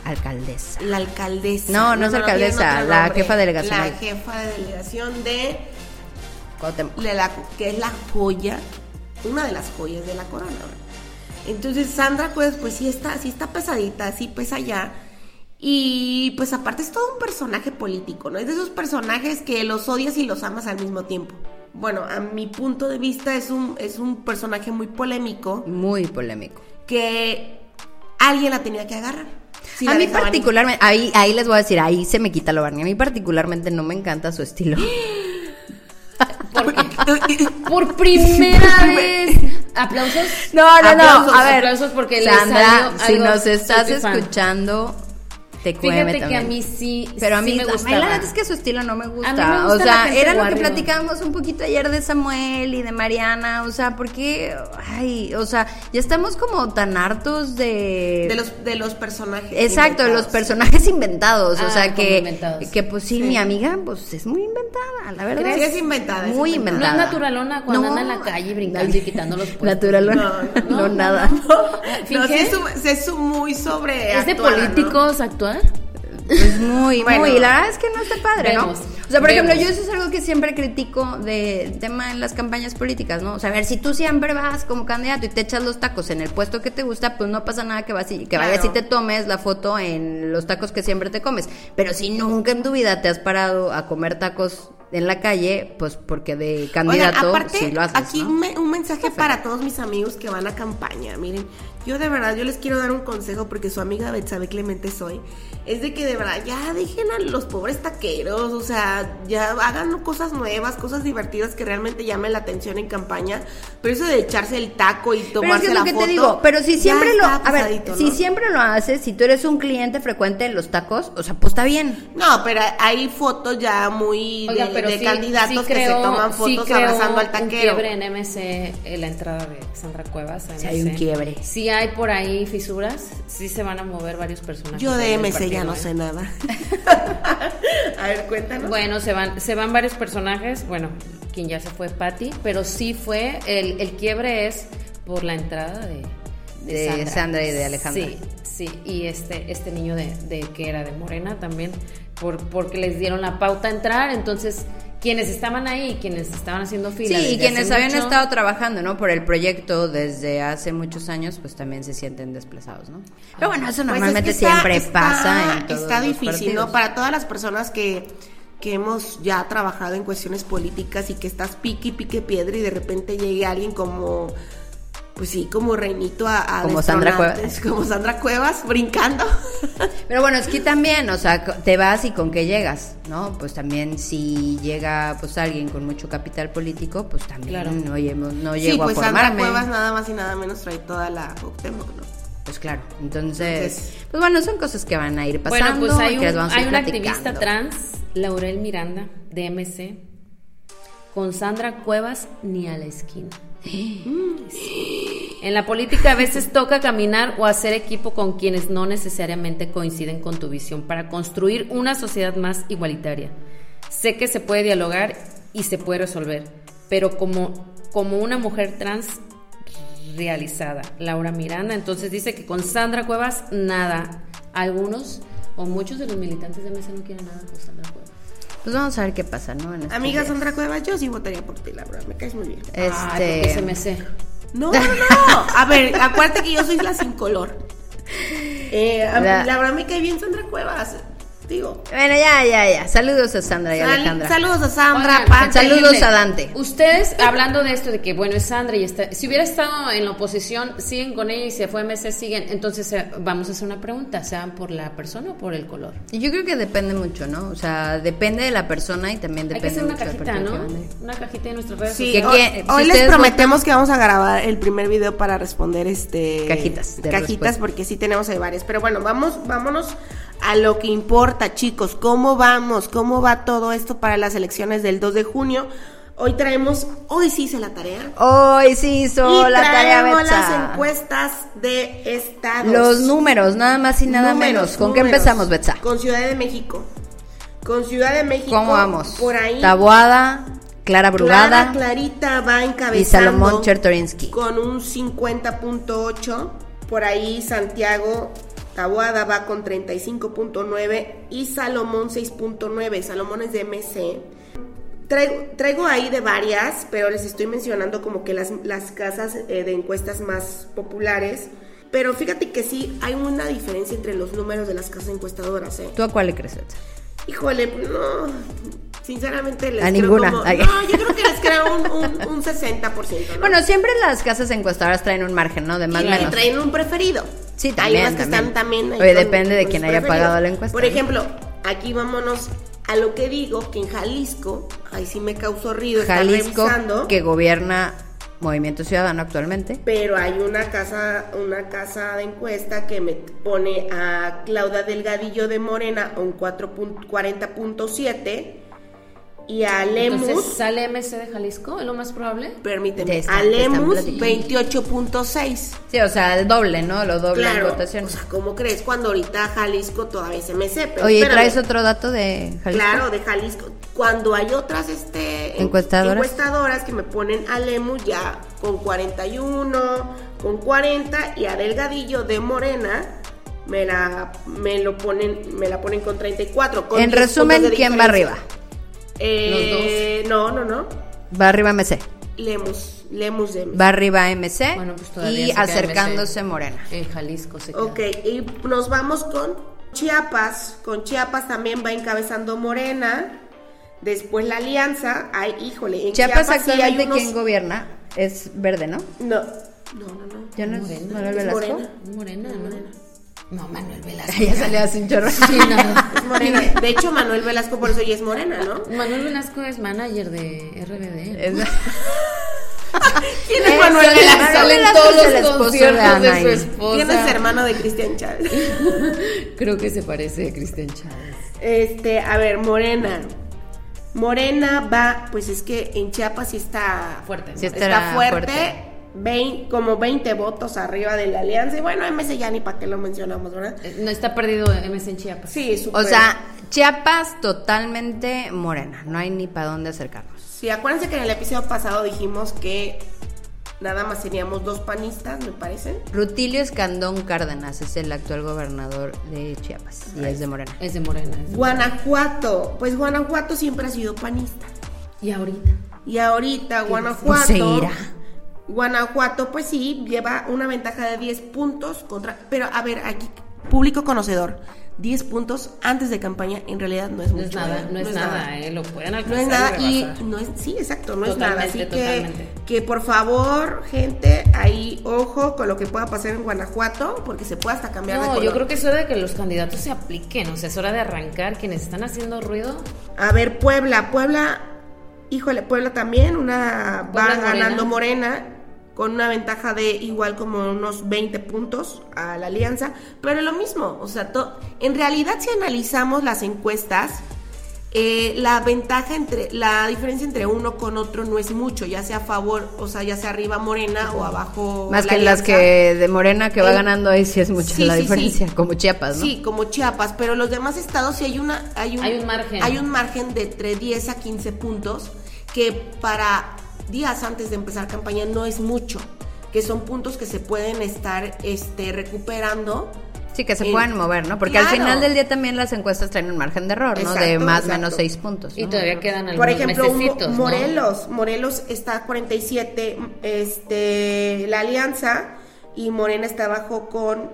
Speaker 2: Alcaldesa.
Speaker 3: la alcaldesa.
Speaker 2: No, no es alcaldesa,
Speaker 3: tiene otro
Speaker 2: la
Speaker 3: nombre.
Speaker 2: jefa delegacional.
Speaker 3: La jefa de delegación de,
Speaker 2: Cuauhtémoc.
Speaker 3: de la, que es la joya, una de las joyas de la pues corona. ¿verdad? Entonces Sandra Cuevas, pues sí está, sí está pesadita, sí pesa ya. Y pues aparte es todo un personaje político, ¿no? Es de esos personajes que los odias y los amas al mismo tiempo. Bueno, a mi punto de vista es un, es un personaje muy polémico
Speaker 2: Muy polémico.
Speaker 3: que alguien la tenía que agarrar. Si
Speaker 2: a
Speaker 3: la
Speaker 2: mí
Speaker 3: dejaban-
Speaker 2: particularmente, ahí, ahí les voy a decir, ahí se me quita lo Barney. A mí particularmente no me encanta su estilo.
Speaker 4: Por primera vez. Aplausos.
Speaker 2: No, no, no.
Speaker 4: Aplausos,
Speaker 2: A ver,
Speaker 4: aplausos porque le
Speaker 2: Sandra,
Speaker 4: salió
Speaker 2: si
Speaker 4: algo.
Speaker 2: nos estás
Speaker 4: Soy tu fan.
Speaker 2: escuchando, te cueme
Speaker 4: Fíjate que
Speaker 2: también.
Speaker 4: a mí sí,
Speaker 2: pero a
Speaker 4: sí
Speaker 2: mí,
Speaker 4: me
Speaker 2: a mí
Speaker 4: gustaba.
Speaker 2: la verdad es que su estilo no me gusta.
Speaker 4: A mí me gusta
Speaker 2: o
Speaker 4: la
Speaker 2: sea,
Speaker 4: gente
Speaker 2: era lo que
Speaker 4: guarro.
Speaker 2: platicábamos un poquito ayer de Samuel y de Mariana. O sea, porque, ay, o sea, ya estamos como tan hartos de.
Speaker 3: De los, de los personajes.
Speaker 2: Exacto, de los
Speaker 3: inventados.
Speaker 2: personajes inventados, o
Speaker 4: Ah,
Speaker 2: sea
Speaker 4: como
Speaker 2: que,
Speaker 4: inventados.
Speaker 2: que pues sí, mi amiga pues es muy inventada, la verdad.
Speaker 3: Sí, es inventada, es
Speaker 2: Muy
Speaker 3: inventada.
Speaker 4: No
Speaker 2: inventada.
Speaker 4: es naturalona cuando anda en la calle brincando y quitando los puestos.
Speaker 2: Naturalona, no,
Speaker 3: No, no,
Speaker 2: nada.
Speaker 3: No, sí
Speaker 4: Fingé.
Speaker 3: es, un- sí es un muy sobre.
Speaker 4: ¿Es de políticos actuar?
Speaker 2: Es muy,
Speaker 3: Bueno.
Speaker 2: muy, la verdad es que no está padre, ¿no?
Speaker 4: Vemos,
Speaker 2: O sea, por
Speaker 4: vemos.
Speaker 2: ejemplo, yo eso es algo que siempre critico de tema en las campañas políticas, ¿no? O sea, a ver, si tú siempre vas como candidato y te echas los tacos en el puesto que te gusta, pues no pasa nada que, vas y- que vayas y
Speaker 3: Claro.
Speaker 2: te tomes la foto en los tacos que siempre te comes. Pero si nunca en tu vida te has parado a comer tacos en la calle, pues porque de
Speaker 3: Oigan,
Speaker 2: candidato pues,
Speaker 3: aparte,
Speaker 2: sí lo haces,
Speaker 3: aquí
Speaker 2: ¿no?
Speaker 3: un me- un mensaje para todos mis amigos que van a campaña. Miren, yo de verdad, yo les quiero dar un consejo porque su amiga Betsabe Clemente soy. Es de que de verdad, ya dejen a los pobres taqueros, o sea, ya hagan cosas nuevas, cosas divertidas que realmente llamen la atención en campaña. Pero eso de echarse el taco y
Speaker 2: Pero es
Speaker 3: tomarse
Speaker 2: que es
Speaker 3: la
Speaker 2: lo que
Speaker 3: foto,
Speaker 2: te digo, pero si
Speaker 3: ya
Speaker 2: siempre lo,
Speaker 3: está
Speaker 2: a ver,
Speaker 3: pasadito,
Speaker 2: si
Speaker 3: ¿no?
Speaker 2: siempre lo haces, si tú eres un cliente frecuente de los tacos, o sea, pues está bien.
Speaker 3: No, pero hay fotos ya muy de,
Speaker 4: Oigan, pero
Speaker 3: de
Speaker 4: sí-
Speaker 3: candidatos
Speaker 4: sí
Speaker 3: que
Speaker 4: creo-
Speaker 3: se toman
Speaker 4: sí
Speaker 3: fotos
Speaker 4: creo
Speaker 3: abrazando al
Speaker 4: Un
Speaker 3: taquero.
Speaker 4: quiebre en MC, en la entrada de Sandra Cuevas. a
Speaker 2: Sí, hay
Speaker 4: MC.
Speaker 2: un quiebre.
Speaker 4: Sí hay por ahí fisuras, sí se van a mover varios personajes.
Speaker 3: Yo de
Speaker 4: del
Speaker 3: MC ya
Speaker 4: partido,
Speaker 3: no
Speaker 4: ¿eh?
Speaker 3: sé nada. a ver, cuéntanos.
Speaker 4: Bueno, se van, se van varios personajes. Bueno, quien ya se fue Patty, pero sí fue el, el quiebre es por la entrada de,
Speaker 2: De Sandra y de Alejandra.
Speaker 4: Sí, sí. Y este, este niño de, de que era de Morena también, por, porque les dieron la pauta a entrar. Entonces, quienes estaban ahí, quienes estaban haciendo fila.
Speaker 2: Sí,
Speaker 4: desde
Speaker 2: y quienes
Speaker 4: hace
Speaker 2: habían
Speaker 4: mucho,
Speaker 2: estado trabajando, ¿no? Por el proyecto desde hace muchos años, pues también se sienten desplazados, ¿no? Pero bueno, eso
Speaker 3: Pues es
Speaker 2: normalmente
Speaker 3: que está-
Speaker 2: siempre
Speaker 3: está-
Speaker 2: pasa en todos
Speaker 3: Está
Speaker 2: los
Speaker 3: difícil,
Speaker 2: partidos.
Speaker 3: ¿no? Para todas las personas que, que hemos ya trabajado en cuestiones políticas y que estás pique y pique piedra y de repente llegue alguien como... Pues sí, como reinito a, a
Speaker 2: Como Sandra
Speaker 3: destronarte,
Speaker 2: Cuevas.
Speaker 3: Como Sandra Cuevas, brincando.
Speaker 2: Pero bueno, es que también, o sea, co- te vas y con qué llegas, ¿no? Pues también si llega pues alguien con mucho capital político, pues también
Speaker 4: Claro.
Speaker 2: no, llego- no
Speaker 3: sí,
Speaker 2: llego
Speaker 3: pues
Speaker 2: a
Speaker 3: Sandra
Speaker 2: formarme.
Speaker 3: Cuevas nada más y nada menos trae toda la Cuauhtémoc, ¿no?
Speaker 2: Pues claro, entonces,
Speaker 3: Entonces-
Speaker 2: pues bueno, son cosas que van a ir pasando.
Speaker 4: bueno, pues
Speaker 2: y
Speaker 4: hay,
Speaker 2: que las
Speaker 4: un,
Speaker 2: vamos a
Speaker 4: hay
Speaker 2: ir
Speaker 4: una activista
Speaker 2: platicando.
Speaker 4: trans, Laurel Miranda, de MC, con Sandra Cuevas ni a la esquina. Sí. En la política a veces toca caminar o hacer equipo con quienes no necesariamente coinciden con tu visión para construir una sociedad más igualitaria. Sé que se puede dialogar y se puede resolver, pero como, como una mujer trans realizada. Laura Miranda entonces dice que con Sandra Cuevas nada. Algunos o muchos de los militantes de Mesa no quieren nada con Sandra Cuevas.
Speaker 2: Pues vamos a ver qué pasa, ¿no? En estos
Speaker 3: Amiga
Speaker 2: días.
Speaker 3: Sandra Cuevas, yo sí votaría por ti, la verdad, me caes muy bien.
Speaker 2: Este,
Speaker 4: Ay, porque se me sé.
Speaker 3: No, no, no. A ver, acuérdate que yo soy la sin color. Eh, a mí,
Speaker 2: La-
Speaker 3: la... verdad me cae bien Sandra Cuevas. Digo.
Speaker 2: Bueno, ya, ya, ya. Saludos a Sandra y
Speaker 3: sal-
Speaker 2: Alejandra.
Speaker 3: saludos a Sandra,
Speaker 4: Oigan,
Speaker 3: Pati.
Speaker 2: saludos
Speaker 4: Déjenme.
Speaker 2: a Dante.
Speaker 4: Ustedes, hablando de esto, de que bueno, es Sandra y está. Si hubiera estado en la oposición, siguen con ella y se fue MC, siguen. Entonces, eh, vamos a hacer una pregunta: ¿sean por la persona o por el color?
Speaker 2: Y Yo creo que depende mucho, ¿no? O sea, depende de la persona y también
Speaker 4: Hay que
Speaker 2: depende
Speaker 4: hacer una
Speaker 2: mucho del
Speaker 4: cajita,
Speaker 2: partido
Speaker 4: ¿no?
Speaker 2: que mande.
Speaker 4: Una cajita en nuestras redes
Speaker 3: Sí,
Speaker 2: ¿Qué
Speaker 3: hoy,
Speaker 2: quiere- si
Speaker 3: hoy les
Speaker 2: ustedes
Speaker 3: prometemos que vamos a grabar el primer video para responder este
Speaker 2: Cajitas de
Speaker 3: cajitas
Speaker 2: respuesta.
Speaker 3: porque sí tenemos ahí varias, pero bueno, vamos vámonos a lo que importa, chicos, ¿cómo vamos? ¿Cómo va todo esto para las elecciones del 2 de junio? Hoy traemos hoy sí hice la tarea.
Speaker 2: Hoy sí hizo
Speaker 3: y
Speaker 2: la tarea
Speaker 3: traemos
Speaker 2: Betsa.
Speaker 3: las encuestas de estados.
Speaker 2: Los números, nada más y nada
Speaker 3: Números,
Speaker 2: menos. ¿Con qué
Speaker 3: números.
Speaker 2: empezamos, Betsa?
Speaker 3: Con Ciudad de México. Con Ciudad de México.
Speaker 2: ¿Cómo vamos?
Speaker 3: Por ahí.
Speaker 2: Taboada, Clara
Speaker 3: Clara
Speaker 2: Brugada
Speaker 3: Clarita va encabezando.
Speaker 2: y Salomón Chertorinsky.
Speaker 3: Con un 50.8. Por ahí Santiago Taboada va con 35.9. Y Salomón 6.9. Salomón es de MC. Traigo, traigo ahí de varias, pero les estoy mencionando como que las, las casas eh, de encuestas más populares. Pero fíjate que sí hay una diferencia entre los números de las casas encuestadoras, ¿eh?
Speaker 2: ¿Tú a cuál le crees? Edsa?
Speaker 3: Híjole, pues, no. Sinceramente les
Speaker 2: A
Speaker 3: creo
Speaker 2: ninguna.
Speaker 3: como-
Speaker 2: Ay.
Speaker 3: No, yo creo que les creo un, un- un 60%. ¿no?
Speaker 2: Bueno, siempre las casas encuestadoras traen un margen, ¿no? De más o
Speaker 3: y,
Speaker 2: menos.
Speaker 3: y traen un preferido.
Speaker 2: Sí, también,
Speaker 3: Hay unas que
Speaker 2: también.
Speaker 3: están también. ahí
Speaker 2: Oye,
Speaker 3: con-
Speaker 2: depende de
Speaker 3: con
Speaker 2: quién
Speaker 3: sus
Speaker 2: haya
Speaker 3: preferidos.
Speaker 2: pagado la encuesta,
Speaker 3: Por
Speaker 2: ¿no?
Speaker 3: ejemplo, aquí vámonos a lo que digo, que en Jalisco, ahí sí me causó ruido estar
Speaker 2: Jalisco,
Speaker 3: revisando,
Speaker 2: que gobierna Movimiento Ciudadano actualmente.
Speaker 3: pero hay una casa, una casa de encuesta que me pone a Claudia Delgadillo de Morena a un 40.7 y a Lemus,
Speaker 4: Entonces sale MC de Jalisco, es lo más probable.
Speaker 2: Te
Speaker 3: permíteme,
Speaker 2: están-
Speaker 3: a
Speaker 2: te están
Speaker 3: Lemus
Speaker 2: platicando.
Speaker 3: 28.6
Speaker 2: Sí, o sea, el doble, ¿no? Lo doble en
Speaker 3: Claro,
Speaker 2: votación.
Speaker 3: o sea, ¿cómo crees cuando ahorita Jalisco todavía se me sepa?
Speaker 2: Oye, ¿y
Speaker 3: Espérame.
Speaker 2: traes otro dato de Jalisco?
Speaker 3: Claro, de Jalisco. Cuando hay otras este, en-
Speaker 2: Encuestadoras.
Speaker 3: encuestadoras que me ponen a Lemus ya con 41, con 40 y a Delgadillo de Morena me la me lo ponen me la ponen con 34. con
Speaker 2: En
Speaker 3: 10
Speaker 2: resumen,
Speaker 3: puntos de
Speaker 2: ¿quién va
Speaker 3: diferencia.
Speaker 2: arriba?
Speaker 3: Eh, No, no, no.
Speaker 2: Va arriba MC.
Speaker 3: Lemus, Lemus de
Speaker 2: Va arriba MC
Speaker 4: Bueno, pues todavía
Speaker 2: y
Speaker 4: se queda MC.
Speaker 2: acercándose Morena.
Speaker 4: En Jalisco se queda.
Speaker 3: Ok, y nos vamos con Chiapas. Con Chiapas también va encabezando Morena. Después la alianza. Ay, híjole. En
Speaker 2: Chiapas,
Speaker 3: Chiapas, sí hay
Speaker 2: actualmente,
Speaker 3: unos-
Speaker 2: ¿quién gobierna? Es verde, ¿no?
Speaker 3: No, no, no. no.
Speaker 2: ¿Ya no es
Speaker 4: Morena.
Speaker 2: Manuel
Speaker 3: Es
Speaker 2: Velasco?
Speaker 3: Morena.
Speaker 4: Morena, ¿no? No, Manuel Velasco.
Speaker 2: Ya salió así un chorro.
Speaker 3: Es Morena. De hecho, Manuel Velasco por eso ya es Morena, ¿no?
Speaker 4: Manuel Velasco es manager de RBD.
Speaker 2: Es-
Speaker 3: ¿Quién
Speaker 2: Eh,
Speaker 3: es Manuel
Speaker 2: sale-
Speaker 3: Velasco?
Speaker 2: sale-
Speaker 4: Salen
Speaker 2: Velasco
Speaker 4: todos
Speaker 2: es el
Speaker 4: los
Speaker 2: esposo de
Speaker 4: conciertos de,
Speaker 2: Ana
Speaker 4: su
Speaker 2: y-
Speaker 3: ¿Quién es
Speaker 4: esposa.
Speaker 3: hermano de Cristian Chávez?
Speaker 4: Creo que se parece a Cristian Chávez.
Speaker 3: Este, a ver, Morena. Morena va, pues es que en Chiapas sí está
Speaker 4: Fuerte.
Speaker 2: Sí,
Speaker 3: está,
Speaker 2: Estará
Speaker 3: fuerte,
Speaker 2: fuerte.
Speaker 3: vein- como 20 votos arriba de la alianza. Y bueno, MC ya ni para qué lo mencionamos, ¿verdad?
Speaker 4: Eh, No está perdido MC en Chiapas.
Speaker 3: Sí,
Speaker 2: o
Speaker 3: súper.
Speaker 2: sea, Chiapas totalmente Morena. No hay ni para dónde acercarnos.
Speaker 3: sí, acuérdense que en el episodio pasado dijimos que nada más seríamos dos panistas, me parece.
Speaker 2: Rutilio Escandón Cárdenas es el actual gobernador de Chiapas y es de Morena.
Speaker 4: Es de Morena. es de-
Speaker 3: Guanajuato, pues Guanajuato siempre ha sido panista.
Speaker 4: Y ahorita.
Speaker 3: Y ahorita
Speaker 2: Pues
Speaker 3: Guanajuato.
Speaker 2: seguirá.
Speaker 3: Guanajuato, pues sí, lleva una ventaja de 10 puntos contra. Pero a ver, aquí, público conocedor, 10 puntos antes de campaña en realidad no es
Speaker 4: No
Speaker 3: mucho.
Speaker 4: es nada,
Speaker 3: ¿verdad?
Speaker 4: no es nada, eh, lo pueden
Speaker 3: No
Speaker 4: alcanzar.
Speaker 3: es nada y
Speaker 4: rebasar.
Speaker 3: no es, sí, exacto, no es
Speaker 4: Totalmente,
Speaker 3: nada. Así que,
Speaker 4: totalmente.
Speaker 3: que por favor, gente, ahí ojo con lo que pueda pasar en Guanajuato, porque se puede hasta cambiar de
Speaker 4: No,
Speaker 3: color.
Speaker 4: yo creo que es hora de que los candidatos se apliquen, o sea, es hora de arrancar. Quienes están haciendo ruido,
Speaker 3: A ver, Puebla, Puebla, híjole, Puebla también, una
Speaker 4: Puebla
Speaker 3: va
Speaker 4: Morena.
Speaker 3: ganando Morena con una ventaja de igual como unos 20 puntos a la alianza, pero lo mismo, o sea, to- en realidad si analizamos las encuestas, eh, la ventaja entre, la diferencia entre uno con otro no es mucho, ya sea a favor, o sea, ya sea arriba Morena o abajo.
Speaker 2: Más
Speaker 3: la
Speaker 2: que las
Speaker 3: alianza.
Speaker 2: que de Morena que va
Speaker 3: Eh,
Speaker 2: ganando ahí sí es mucha
Speaker 3: sí,
Speaker 2: la
Speaker 3: sí, sí.
Speaker 2: diferencia, como Chiapas, ¿no?
Speaker 3: Sí, como Chiapas, pero los demás estados sí hay una hay un,
Speaker 4: Hay un margen.
Speaker 3: hay un margen de entre 10 a 15 puntos que para días antes de empezar campaña no es mucho, que son puntos que se pueden estar este recuperando.
Speaker 2: Sí, que se
Speaker 3: Eh,
Speaker 2: pueden mover, ¿no? Porque al
Speaker 3: claro.
Speaker 2: final del día también las encuestas traen un margen de error, ¿no? de
Speaker 3: Exacto,
Speaker 2: más o
Speaker 3: exacto.
Speaker 2: menos seis puntos.
Speaker 4: y
Speaker 2: ¿no?
Speaker 4: todavía quedan algunos
Speaker 3: Por ejemplo, un Mo-
Speaker 4: mesecitos, ¿no?
Speaker 3: Morelos, Morelos está a 47 este la Alianza y Morena está abajo con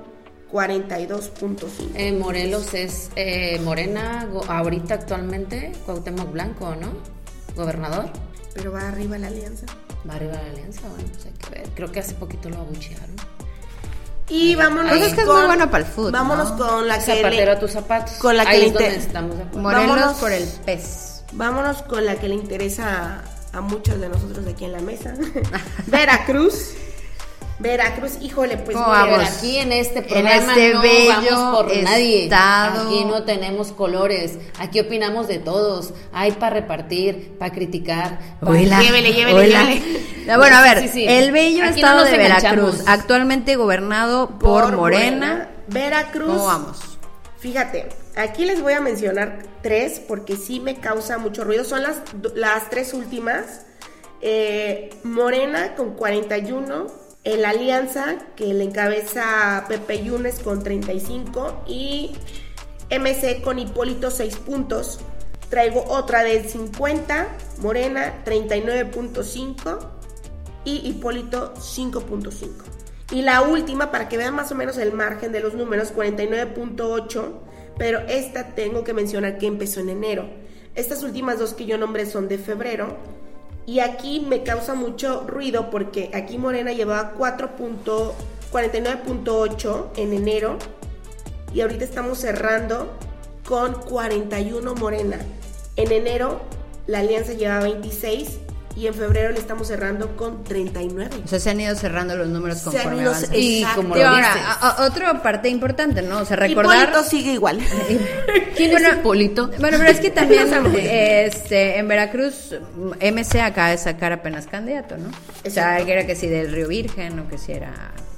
Speaker 3: 42.5.
Speaker 4: Eh, Morelos es eh, Morena, go- ahorita actualmente Cuauhtémoc Blanco, ¿no? Gobernador.
Speaker 3: Pero va arriba la Alianza.
Speaker 4: Va arriba la alianza, bueno, pues hay que ver. Creo que hace poquito lo abuchearon.
Speaker 3: Y vámonos
Speaker 4: Pues es
Speaker 2: que es muy bueno para el fútbol,
Speaker 3: Vámonos
Speaker 2: ¿no?
Speaker 3: con la que le-
Speaker 4: Zapatero a tus zapatos.
Speaker 3: con la que
Speaker 4: Ahí
Speaker 3: le
Speaker 4: es donde
Speaker 3: inter-
Speaker 4: estamos de acuerdo.
Speaker 2: Morelos
Speaker 3: Vámonos.
Speaker 2: por el pez.
Speaker 3: Vámonos con la que le interesa a, a muchos de nosotros aquí en la mesa. Veracruz. Veracruz, híjole, pues
Speaker 2: ¿Cómo
Speaker 3: mira,
Speaker 4: Pero
Speaker 2: vamos?
Speaker 4: aquí en este
Speaker 2: En
Speaker 4: programa
Speaker 2: este
Speaker 4: no
Speaker 2: bello
Speaker 4: vamos por nadie.
Speaker 2: estado.
Speaker 4: Aquí no tenemos colores. Aquí opinamos de todos. Hay para repartir, para criticar. pa-
Speaker 2: Huela,
Speaker 3: Llévele, llévele,
Speaker 2: huela.
Speaker 3: llévele.
Speaker 2: No, Bueno, a ver,
Speaker 4: Sí, sí.
Speaker 2: el bello
Speaker 4: Aquí no
Speaker 2: estado
Speaker 4: nos
Speaker 2: de Veracruz,
Speaker 4: enganchamos.
Speaker 2: actualmente gobernado por, Morena.
Speaker 3: Veracruz.
Speaker 2: ¿Cómo vamos?
Speaker 3: Fíjate, aquí les voy a mencionar tres porque sí me causa mucho ruido. Son las, do- las tres últimas. Eh, Morena con 41, el Alianza que le encabeza Pepe Yunes con 35 y MC con Hipólito 6 puntos. Traigo otra de 50, Morena 39.5 y Hipólito 5.5. Y la última, para que vean más o menos el margen de los números, 49.8, pero esta tengo que mencionar que empezó en enero. Estas últimas dos que yo nombré son de febrero. Y aquí me causa mucho ruido porque aquí Morena llevaba 4.49.8 en enero y ahorita estamos cerrando con 41 Morena. En enero la alianza llevaba 26 y en febrero le estamos cerrando con 39.
Speaker 2: O sea, se han ido cerrando los números
Speaker 3: Se han
Speaker 2: conforme
Speaker 3: ido-
Speaker 2: avanzan.
Speaker 3: Y
Speaker 2: Exacto.
Speaker 3: como
Speaker 2: Y
Speaker 3: lo
Speaker 2: ahora,
Speaker 3: dices.
Speaker 2: a- a- otra parte importante, ¿no? O sea, recordar...
Speaker 3: Hipólito sigue igual.
Speaker 4: ¿Quién es
Speaker 2: Bueno,
Speaker 4: Hipólito?
Speaker 2: Bueno, pero es que también
Speaker 3: No sabemos.
Speaker 2: este, en Veracruz mm, MC acaba de sacar apenas candidato, ¿no? O sea,
Speaker 3: Exacto.
Speaker 2: que era que si del Río Virgen o que si era...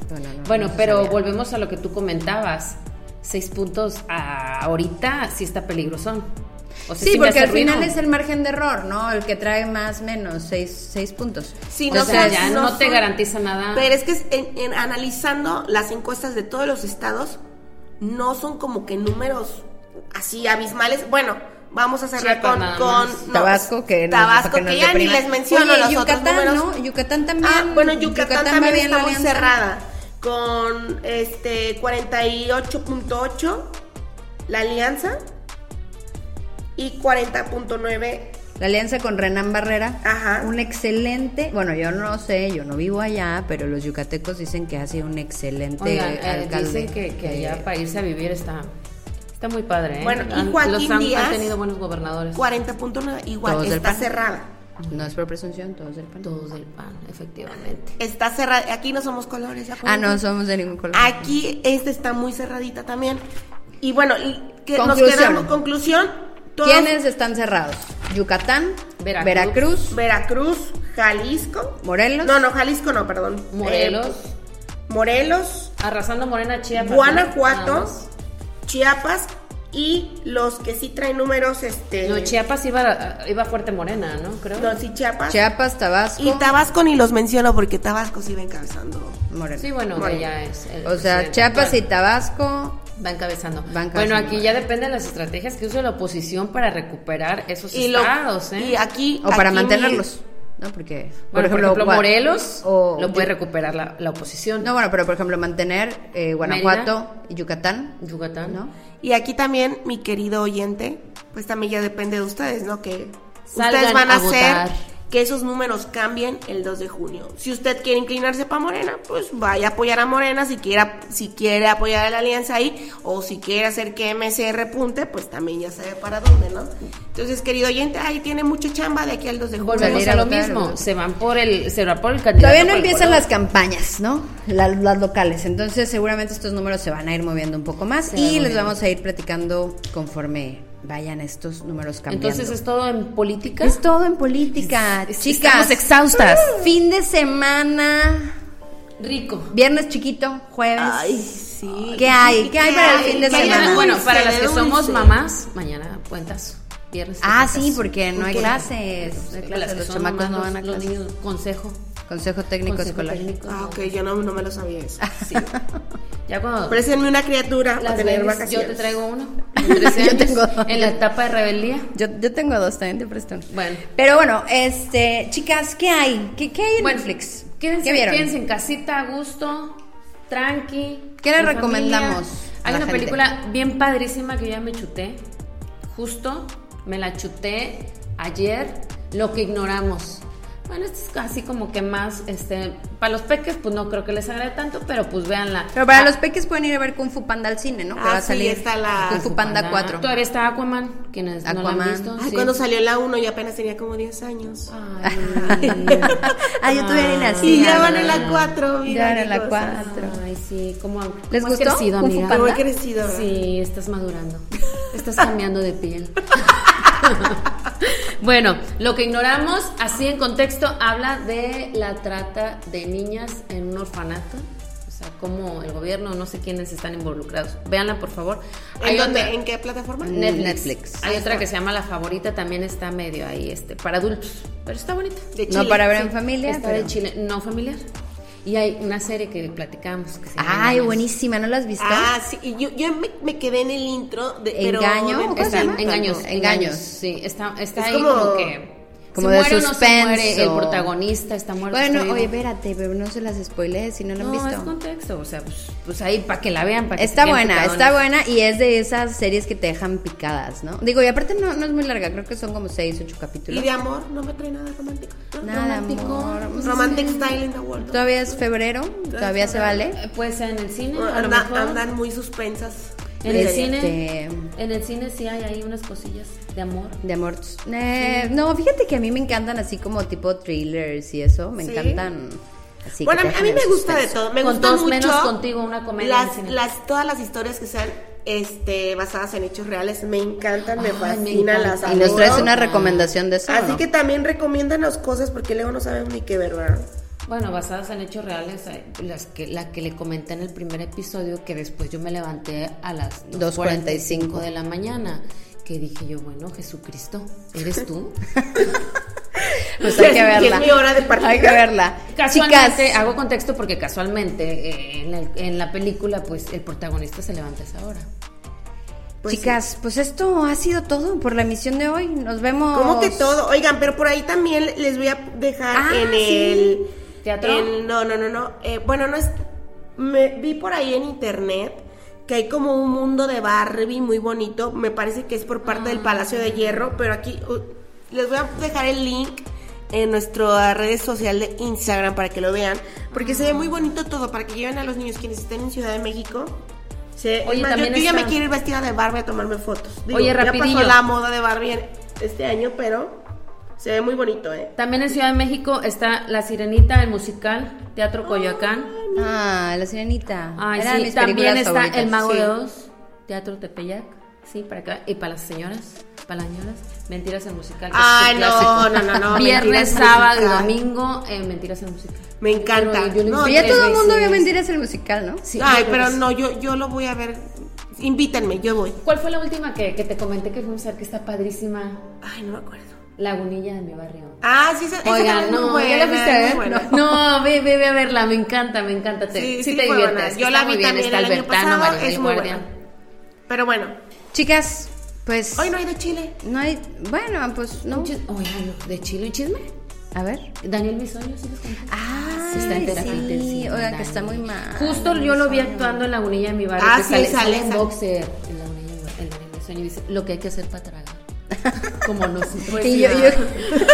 Speaker 2: Bueno, no-
Speaker 4: Bueno,
Speaker 2: no se
Speaker 4: pero
Speaker 2: sabía.
Speaker 4: volvemos a lo que tú comentabas. Seis puntos a- ahorita sí está peligroso. O sea,
Speaker 2: Sí,
Speaker 4: me
Speaker 2: porque
Speaker 4: hace
Speaker 2: al
Speaker 4: ruido.
Speaker 2: final es el margen de error, ¿no? El que trae más, menos, seis, seis puntos.
Speaker 3: Sí,
Speaker 4: O
Speaker 3: no
Speaker 4: sea,
Speaker 3: sabes,
Speaker 4: ya no, te
Speaker 3: son-
Speaker 4: garantiza nada.
Speaker 3: Pero es que es- en- en analizando las encuestas de todos los estados, no son como que números así abismales. Bueno, vamos a cerrar
Speaker 4: Chiapas
Speaker 3: con,
Speaker 4: nada
Speaker 3: con-
Speaker 4: más.
Speaker 3: no,
Speaker 2: Tabasco, que no-
Speaker 3: Tabasco,
Speaker 2: para
Speaker 3: que,
Speaker 2: que nos
Speaker 3: ya ni
Speaker 2: depriman.
Speaker 3: les menciono
Speaker 2: Oye,
Speaker 3: los
Speaker 2: Yucatán,
Speaker 3: otros números.
Speaker 2: ¿no? Yucatán también.
Speaker 3: Ah, bueno, Yucatán,
Speaker 2: va
Speaker 3: también
Speaker 2: bien
Speaker 3: está
Speaker 2: la
Speaker 3: muy
Speaker 2: alianza.
Speaker 3: cerrada. Con este 48.8 la alianza y 40.9
Speaker 2: La alianza con Renan Barrera.
Speaker 3: Ajá.
Speaker 2: Un excelente, bueno, yo no sé, yo no vivo allá, pero los yucatecos dicen que ha sido un excelente
Speaker 4: Oigan, eh,
Speaker 2: alcalde. Eh,
Speaker 4: dicen que, que
Speaker 2: de-
Speaker 4: allá para irse a vivir está, está muy padre. ¿eh?
Speaker 3: Bueno, y
Speaker 4: Han-
Speaker 3: Joaquín
Speaker 4: los han, han
Speaker 3: Díaz-
Speaker 4: tenido buenos gobernadores.
Speaker 3: 40.9 igual
Speaker 2: Todos del
Speaker 3: está
Speaker 2: PAN.
Speaker 3: cerrada.
Speaker 2: No es por presunción, todos del pan.
Speaker 4: Todos del pan, efectivamente.
Speaker 3: Está cerrada. Aquí no somos colores. ¿se
Speaker 2: Ah,
Speaker 3: acuerdan?
Speaker 2: no, somos de ningún color.
Speaker 3: Aquí esta está muy cerradita también. Y bueno, y que nos
Speaker 2: Conclusión.
Speaker 3: quedamos conclusión. todos-
Speaker 2: ¿Quiénes están cerrados? Yucatán, Veracruz,
Speaker 4: Veracruz.
Speaker 3: Veracruz, Jalisco.
Speaker 2: Morelos.
Speaker 3: No, no, Jalisco no, perdón.
Speaker 4: Morelos.
Speaker 3: Eh, Morelos,
Speaker 4: Arrasando Morena, Chiapas. ¿no? Nada
Speaker 3: Guanajuato,
Speaker 4: más.
Speaker 3: Chiapas y los que sí traen números, este.
Speaker 2: Eh,
Speaker 4: No, Chiapas iba, iba fuerte Morena, ¿no? Creo.
Speaker 3: No, sí, Chiapas.
Speaker 2: Chiapas, Tabasco,
Speaker 3: Y Tabasco ni los menciono porque Tabasco sí va encabezando.
Speaker 2: Morelos.
Speaker 4: Sí, bueno,
Speaker 3: Bueno.
Speaker 4: que ya es. el
Speaker 2: o sea,
Speaker 4: presidente
Speaker 2: Chiapas
Speaker 4: actual.
Speaker 2: y Tabasco.
Speaker 4: Va encabezando.
Speaker 2: Va encabezando.
Speaker 4: Bueno, aquí ya depende de las estrategias que use la oposición para recuperar esos
Speaker 3: Y, lo-
Speaker 4: estados, ¿eh?
Speaker 3: y aquí.
Speaker 2: O para
Speaker 3: aquí mi-
Speaker 2: mantenerlos. No, porque.
Speaker 4: Bueno, por ejemplo,
Speaker 2: Gua-
Speaker 4: Morelos
Speaker 2: o
Speaker 4: lo puede
Speaker 2: Yu-
Speaker 4: recuperar la, la oposición.
Speaker 2: No, bueno, pero por ejemplo, mantener eh, Guanajuato y Yucatán.
Speaker 4: Yucatán.
Speaker 2: ¿No?
Speaker 3: Y aquí también, mi querido oyente, pues también ya depende de ustedes, ¿no? Que
Speaker 4: Salgan
Speaker 3: ustedes van a,
Speaker 4: a
Speaker 3: hacer
Speaker 4: votar.
Speaker 3: que esos números cambien el 2 de junio. Si usted quiere inclinarse para Morena, pues vaya a apoyar a Morena. Si quiere, si quiere apoyar a la alianza ahí, o si quiere hacer que MC repunte, pues también ya sabe para dónde, ¿no? Entonces, querido oyente, ahí tiene mucha chamba de aquí al 2 de junio.
Speaker 4: Volvemos
Speaker 2: Salir
Speaker 4: a,
Speaker 2: a
Speaker 4: lo
Speaker 2: votar,
Speaker 4: mismo.
Speaker 2: ¿no?
Speaker 4: Se van por el, se van por el candidato.
Speaker 2: Todavía no
Speaker 4: por el
Speaker 2: empiezan
Speaker 4: color.
Speaker 2: las campañas, ¿no? Las, las locales. Entonces, seguramente estos números se van a ir moviendo un poco más
Speaker 4: Se van
Speaker 2: y les
Speaker 4: moviendo.
Speaker 2: vamos a ir platicando conforme vayan estos números cambiando.
Speaker 4: Entonces es todo en política.
Speaker 2: Es todo en política,
Speaker 4: Es- es-
Speaker 2: chicas. Uh.
Speaker 4: estamos exhaustas.
Speaker 2: Fin de semana,
Speaker 4: rico.
Speaker 2: viernes chiquito, jueves.
Speaker 3: Ay, sí.
Speaker 2: ¿Qué hay? ¿Qué hay para el
Speaker 3: Ay,
Speaker 2: fin de
Speaker 3: qué hay?
Speaker 2: semana?
Speaker 4: bueno, para las
Speaker 3: de
Speaker 4: que somos
Speaker 3: dulce.
Speaker 4: mamás, mañana cuentas. Viernes.
Speaker 2: Ah, sí,
Speaker 4: cuentas.
Speaker 2: porque no hay
Speaker 3: Ok.
Speaker 2: clases.
Speaker 4: Para
Speaker 2: No hay
Speaker 4: las
Speaker 2: clases,
Speaker 4: que
Speaker 2: Los
Speaker 4: son
Speaker 2: chamacos
Speaker 4: mamás,
Speaker 2: no van a
Speaker 4: los- los
Speaker 2: clases.
Speaker 4: niños, consejo.
Speaker 2: Consejo técnico
Speaker 4: consejo
Speaker 2: escolar.
Speaker 4: técnico.
Speaker 3: Ah, ok, yo no, no me lo sabía eso.
Speaker 4: Sí. Ya cuando
Speaker 3: Préstenme una criatura para
Speaker 4: las
Speaker 3: tener
Speaker 4: ves, yo
Speaker 3: vacaciones.
Speaker 4: te traigo uno. en 13
Speaker 2: Yo
Speaker 4: años,
Speaker 2: tengo dos.
Speaker 4: En la etapa de rebeldía.
Speaker 2: Yo, yo tengo dos, también te presto.
Speaker 4: Bueno.
Speaker 2: Pero bueno, este, chicas, ¿qué hay? ¿Qué, qué hay en
Speaker 4: Bueno,
Speaker 2: Netflix?
Speaker 4: Quédense,
Speaker 2: ¿Qué vieron?
Speaker 4: quédense en casita a gusto, tranqui.
Speaker 2: ¿Qué les
Speaker 4: en
Speaker 2: recomendamos
Speaker 4: familia.
Speaker 2: a
Speaker 4: Hay
Speaker 2: la
Speaker 4: una
Speaker 2: gente?
Speaker 4: película bien padrísima que ya me chuté. Justo me la chuté ayer, lo que ignoramos. Bueno, esto es así como que más, este, para los peques, pues no creo que les agrade tanto, pero pues véanla.
Speaker 2: Pero para
Speaker 4: Ah,
Speaker 2: los peques pueden ir a ver Kung Fu Panda al cine, ¿no? Que
Speaker 3: Ah,
Speaker 2: va a
Speaker 3: sí,
Speaker 2: salir
Speaker 3: está la-
Speaker 2: Kung Fu Panda 4.
Speaker 4: Todavía está Aquaman, quienes no la
Speaker 2: Aquaman.
Speaker 4: han visto.
Speaker 3: Ay,
Speaker 4: sí. Ah,
Speaker 3: cuando salió la 1 yo apenas tenía como 10 años.
Speaker 4: Ay.
Speaker 2: Ah, yo todavía ni nací.
Speaker 3: y ya
Speaker 2: Ah,
Speaker 3: van en la 4.
Speaker 2: Ya era la 4.
Speaker 4: Ay, sí, como
Speaker 2: ¿Les
Speaker 4: cómo has
Speaker 2: gustó?
Speaker 4: crecido,
Speaker 2: ¿Kung Fu
Speaker 4: amiga?
Speaker 2: Panda?
Speaker 3: He crecido, ¿verdad?
Speaker 4: Sí, estás madurando. Estás cambiando de piel. bueno, lo que ignoramos, así en contexto, habla de la trata de niñas en un orfanato. O sea, como el gobierno, no sé quiénes están involucrados. Véanla, por favor.
Speaker 3: ¿En, dónde?
Speaker 4: otra-
Speaker 3: ¿En qué plataforma?
Speaker 4: Netflix.
Speaker 2: Netflix.
Speaker 4: Hay otra que se llama La Favorita, también está medio ahí, este, para adultos. Pero está bonita.
Speaker 3: De
Speaker 2: No
Speaker 3: Chile,
Speaker 2: para ver en
Speaker 3: sí.
Speaker 2: familia.
Speaker 4: Está
Speaker 2: pero-
Speaker 4: de Chile, no familiar. Y hay una serie que platicamos. Que se llama
Speaker 2: Ay,
Speaker 4: Engaños.
Speaker 2: buenísima, ¿no la has visto?
Speaker 3: Ah, sí. y Yo, yo me, me quedé en el intro. De, pero-
Speaker 2: Engaño,
Speaker 3: de-
Speaker 2: ¿o cómo se
Speaker 4: Está-
Speaker 2: llama?
Speaker 4: engaños,
Speaker 2: Engaños.
Speaker 4: engaños. Sí, está, está
Speaker 3: Es
Speaker 4: ahí
Speaker 3: como-
Speaker 4: como, que.
Speaker 2: como
Speaker 4: se
Speaker 2: de
Speaker 4: muere o no se
Speaker 2: suspenso.
Speaker 4: muere, el protagonista está muerto.
Speaker 2: Bueno,
Speaker 4: está
Speaker 2: oye,
Speaker 4: vivo.
Speaker 2: espérate, pero no se las spoilees si no la han
Speaker 4: No,
Speaker 2: visto.
Speaker 4: es contexto, o sea, pues, pues ahí para que la vean, para que
Speaker 2: Está
Speaker 4: se queden
Speaker 2: buena,
Speaker 4: picadones.
Speaker 2: está buena y es de esas series que te dejan picadas, ¿no? Digo, y aparte no, no es muy larga, creo que son como 6, 8 capítulos.
Speaker 3: Y de amor, no me trae nada romántico. ¿no?
Speaker 2: Nada, amor. Pues,
Speaker 3: Romantic- Romantic Style in the World. ¿no?
Speaker 2: Todavía es febrero, todavía se vale.
Speaker 4: Eh, Puede ser en el cine, a lo
Speaker 3: Anda-
Speaker 4: mejor.
Speaker 3: andan muy suspensas.
Speaker 4: en el
Speaker 2: Este-
Speaker 4: cine, en el cine sí hay ahí unas cosillas de amor.
Speaker 2: De amor. Eh, No, fíjate que a mí me encantan así como tipo thrillers y eso, me
Speaker 3: Sí.
Speaker 2: encantan. Así que
Speaker 3: bueno, a
Speaker 2: te
Speaker 3: mí, a
Speaker 2: dejan
Speaker 3: mí
Speaker 2: en
Speaker 3: me gusta de
Speaker 2: suspenso.
Speaker 3: todo. Me
Speaker 4: Con
Speaker 3: gusta
Speaker 4: todos
Speaker 3: mucho
Speaker 4: menos contigo, una comedia en
Speaker 3: Las,
Speaker 4: cine.
Speaker 3: las, todas las historias que sean este, basadas en hechos reales me encantan, me
Speaker 4: Ay, me
Speaker 3: fascinan,
Speaker 4: encanta.
Speaker 3: las
Speaker 2: Y nos traes
Speaker 3: adoro.
Speaker 2: una recomendación de eso.
Speaker 3: Así
Speaker 2: ¿no?
Speaker 3: que también recomiéndanos cosas porque luego no sabemos ni qué ver, ¿verdad?
Speaker 4: Bueno, basadas en hechos reales, eh, las que, la que le comenté en el primer episodio, que después yo me levanté a las 2.45 de la mañana, que dije yo, bueno, Jesucristo, ¿eres tú?
Speaker 2: Pues hay que
Speaker 3: Que es
Speaker 2: verla.
Speaker 3: mi hora de partida.
Speaker 2: Hay que verla. Chicas,
Speaker 4: Casualmente, hago contexto porque casualmente eh, en, la, en la película, pues el protagonista se levanta a esa hora.
Speaker 3: Pues
Speaker 2: chicas, pues esto ha sido todo por la emisión de hoy. Nos vemos.
Speaker 3: Como que todo? Oigan, pero por ahí también les voy a dejar
Speaker 2: Ah,
Speaker 3: en
Speaker 2: sí.
Speaker 3: el.
Speaker 4: ¿Teatro?
Speaker 3: en- no, no, no, no. Eh, bueno, no es. Me vi por ahí en internet que hay como un mundo de Barbie muy bonito. Me parece que es por parte
Speaker 4: Ah.
Speaker 3: del Palacio de Hierro, pero aquí uh, les voy a dejar el link en nuestra red social de Instagram para que lo vean, porque se ve muy bonito todo para que lleven a los niños quienes estén en Ciudad de México. Se, es
Speaker 4: Oye,
Speaker 3: más, yo-
Speaker 4: también
Speaker 3: yo, ya me
Speaker 4: está-
Speaker 3: quiero ir vestida de Barbie a tomarme fotos. Digo,
Speaker 4: Oye,
Speaker 3: Ya
Speaker 4: rapidillo.
Speaker 3: pasó la moda de Barbie en- este año, pero se ve muy bonito, ¿eh?
Speaker 4: También en Ciudad de México está La Sirenita, el musical, Teatro Coyoacán.
Speaker 2: Ah, la sirenita.
Speaker 4: Ay,
Speaker 2: Eran
Speaker 4: sí,
Speaker 2: mis
Speaker 4: también
Speaker 2: películas
Speaker 4: está
Speaker 2: favoritas.
Speaker 4: El Mago
Speaker 2: Sí.
Speaker 4: de Oz, Teatro Tepeyac, sí, para acá, y para las señoras, para las señoras, Mentiras en Musical. que es
Speaker 3: Ay,
Speaker 4: un
Speaker 3: no,
Speaker 4: clásico.
Speaker 3: no, no, no,
Speaker 4: Viernes,
Speaker 3: Mentiras en
Speaker 4: sábado y
Speaker 3: Musical.
Speaker 4: domingo, eh, Mentiras en Musical.
Speaker 3: Me encanta.
Speaker 4: Yo lo
Speaker 3: No,
Speaker 4: hice
Speaker 2: Pues ya
Speaker 4: tres
Speaker 2: todo el mundo vio
Speaker 4: veces.
Speaker 2: mentiras el musical, ¿no?
Speaker 4: Sí,
Speaker 3: Ay,
Speaker 4: yo lo
Speaker 3: pero
Speaker 4: hice.
Speaker 3: no, yo, yo lo voy a ver. Invítenme, yo voy.
Speaker 4: ¿Cuál fue la última que, que te comenté que fuimos a ver que está padrísima?
Speaker 3: Ay, no me acuerdo.
Speaker 4: Lagunilla de mi barrio.
Speaker 3: Ah, sí, esa, esa
Speaker 4: Oiga,
Speaker 3: también es muy
Speaker 4: no, ¿ya
Speaker 3: buena,
Speaker 4: la fuiste a
Speaker 3: muy
Speaker 4: ver?
Speaker 3: buena.
Speaker 4: No, ve, ve, ve a verla, me encanta, me encanta. Te, sí,
Speaker 3: Sí, sí,
Speaker 4: te
Speaker 3: fue
Speaker 4: diviertes.
Speaker 3: buena. Yo la
Speaker 4: está
Speaker 3: vi
Speaker 4: muy bien,
Speaker 3: también
Speaker 4: está
Speaker 3: el año
Speaker 4: Albertano,
Speaker 3: pasado,
Speaker 4: Maribel
Speaker 3: es muy
Speaker 4: Guardia.
Speaker 3: buena. Pero bueno,
Speaker 2: Chicas, pues
Speaker 3: hoy no hay de Chile.
Speaker 2: no hay... Bueno, pues no.
Speaker 4: Un chis- Oiga, no, de chile y chisme.
Speaker 2: A ver.
Speaker 4: Daniel Bisoño, ¿sí les conté?
Speaker 2: Ah,
Speaker 4: Sí, está en terapia
Speaker 2: sí.
Speaker 4: intensiva,
Speaker 2: Oigan, que
Speaker 4: Dani.
Speaker 2: está muy mal.
Speaker 4: Ah, Justo yo lo vi actuando en la unilla de mi barrio.
Speaker 3: Ah,
Speaker 4: que
Speaker 3: sí,
Speaker 4: sale,
Speaker 3: sale,
Speaker 4: en
Speaker 3: sale.
Speaker 4: boxer. En la unilla de mi barrio, en el sueño dice, lo que hay que hacer para tragar. Como nosotros.
Speaker 2: Y yo, yo-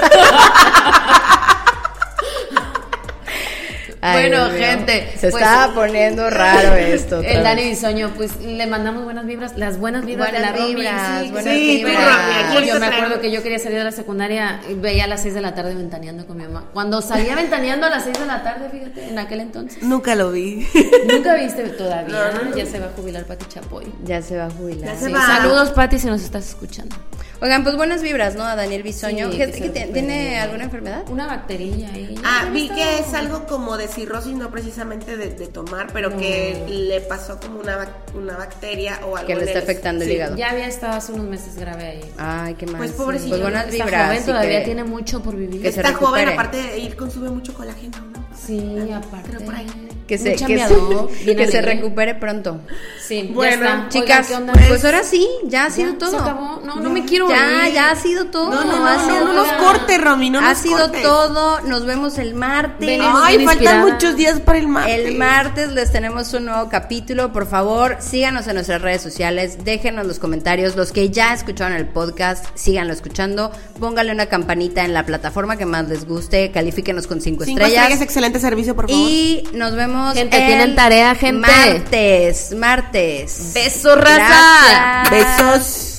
Speaker 2: Ay,
Speaker 4: bueno,
Speaker 2: Dios mío.
Speaker 4: gente.
Speaker 2: Se
Speaker 4: pues,
Speaker 2: estaba poniendo raro esto. otra
Speaker 4: El Dani
Speaker 2: vez.
Speaker 4: Bisoño, pues le mandamos buenas vibras, las buenas vibras de
Speaker 2: Buenas
Speaker 4: la Romy,
Speaker 2: vibras,
Speaker 4: sí,
Speaker 2: buenas
Speaker 4: sí,
Speaker 3: vibras. Sí, tú, Romy, aquí
Speaker 4: Yo
Speaker 3: ahorita
Speaker 4: me acuerdo
Speaker 3: traemos.
Speaker 4: que yo quería salir de la secundaria, y veía a las 6 de la tarde ventaneando con mi mamá. Cuando salía ventaneando a las 6 de la tarde, fíjate, en aquel entonces.
Speaker 3: Nunca lo vi.
Speaker 4: Nunca viste todavía, ya se va a jubilar Pati Chapoy.
Speaker 2: Ya se va a jubilar.
Speaker 3: Ya se
Speaker 4: Sí,
Speaker 3: va.
Speaker 4: Saludos, Pati, si nos estás escuchando.
Speaker 2: Oigan, pues buenas vibras, ¿no? A Daniel Bisoño.
Speaker 4: Sí,
Speaker 2: ¿Qué-
Speaker 4: que se
Speaker 2: qué tiene-
Speaker 4: recupere.
Speaker 2: ¿Tiene alguna enfermedad?
Speaker 4: Una bacteria ahí.
Speaker 3: Ah, vi que es algo como de cirrosis, no precisamente de, de tomar, pero
Speaker 4: Mm.
Speaker 3: que le pasó como una, bac- una bacteria o algo.
Speaker 2: Que le
Speaker 3: en
Speaker 2: está
Speaker 3: el-
Speaker 2: afectando el
Speaker 4: Sí,
Speaker 2: hígado.
Speaker 4: Ya había estado hace unos meses grave ahí.
Speaker 2: Ay, qué mal.
Speaker 3: Pues,
Speaker 2: sí.
Speaker 3: pobrecillo,
Speaker 2: Pues buenas
Speaker 4: Está
Speaker 2: vibras.
Speaker 4: joven,
Speaker 2: y
Speaker 4: todavía
Speaker 2: que-
Speaker 4: tiene mucho por vivir.
Speaker 2: que se
Speaker 3: Está joven,
Speaker 2: recupere.
Speaker 3: aparte de ir, consume mucho colágeno. ¿no?
Speaker 4: Sí, aparte.
Speaker 3: Creo por ahí.
Speaker 2: Que se,
Speaker 4: Un
Speaker 2: que se-
Speaker 4: chambeador, bien
Speaker 2: que se
Speaker 4: alegre.
Speaker 2: recupere pronto.
Speaker 4: Sí, ya
Speaker 3: Bueno,
Speaker 4: está. Oigan,
Speaker 2: Chicas,
Speaker 4: ¿qué onda?
Speaker 2: pues, ahora sí, ya ha
Speaker 4: Ya,
Speaker 2: sido
Speaker 4: se
Speaker 2: todo.
Speaker 4: acabó. No, no me quiero
Speaker 2: Ya,
Speaker 4: ir.
Speaker 2: ya ha sido todo.
Speaker 3: No, no,
Speaker 2: ha
Speaker 3: no,
Speaker 2: sido
Speaker 3: no, no nos
Speaker 2: todo.
Speaker 3: cortes, Romy, no
Speaker 2: Ha
Speaker 3: nos
Speaker 2: sido
Speaker 3: cortes.
Speaker 2: todo. Nos vemos el martes.
Speaker 4: Venimos
Speaker 3: Ay,
Speaker 4: bien
Speaker 3: faltan
Speaker 4: inspiradas.
Speaker 3: muchos días para el
Speaker 4: Ah,
Speaker 3: martes.
Speaker 2: El martes les tenemos un nuevo capítulo. Por favor, síganos en nuestras redes sociales. Déjenos los comentarios. Los que ya escucharon el podcast, síganlo escuchando. Pónganle una campanita en la plataforma que más les guste. Califíquenos con cinco,
Speaker 3: Cinco estrellas.
Speaker 2: estrellas.
Speaker 3: excelente servicio, por favor.
Speaker 2: Y nos vemos.
Speaker 4: Gente,
Speaker 2: el
Speaker 4: tienen tarea, gente.
Speaker 2: Martes, martes.
Speaker 4: Besos, raza.
Speaker 2: Gracias.
Speaker 3: Besos.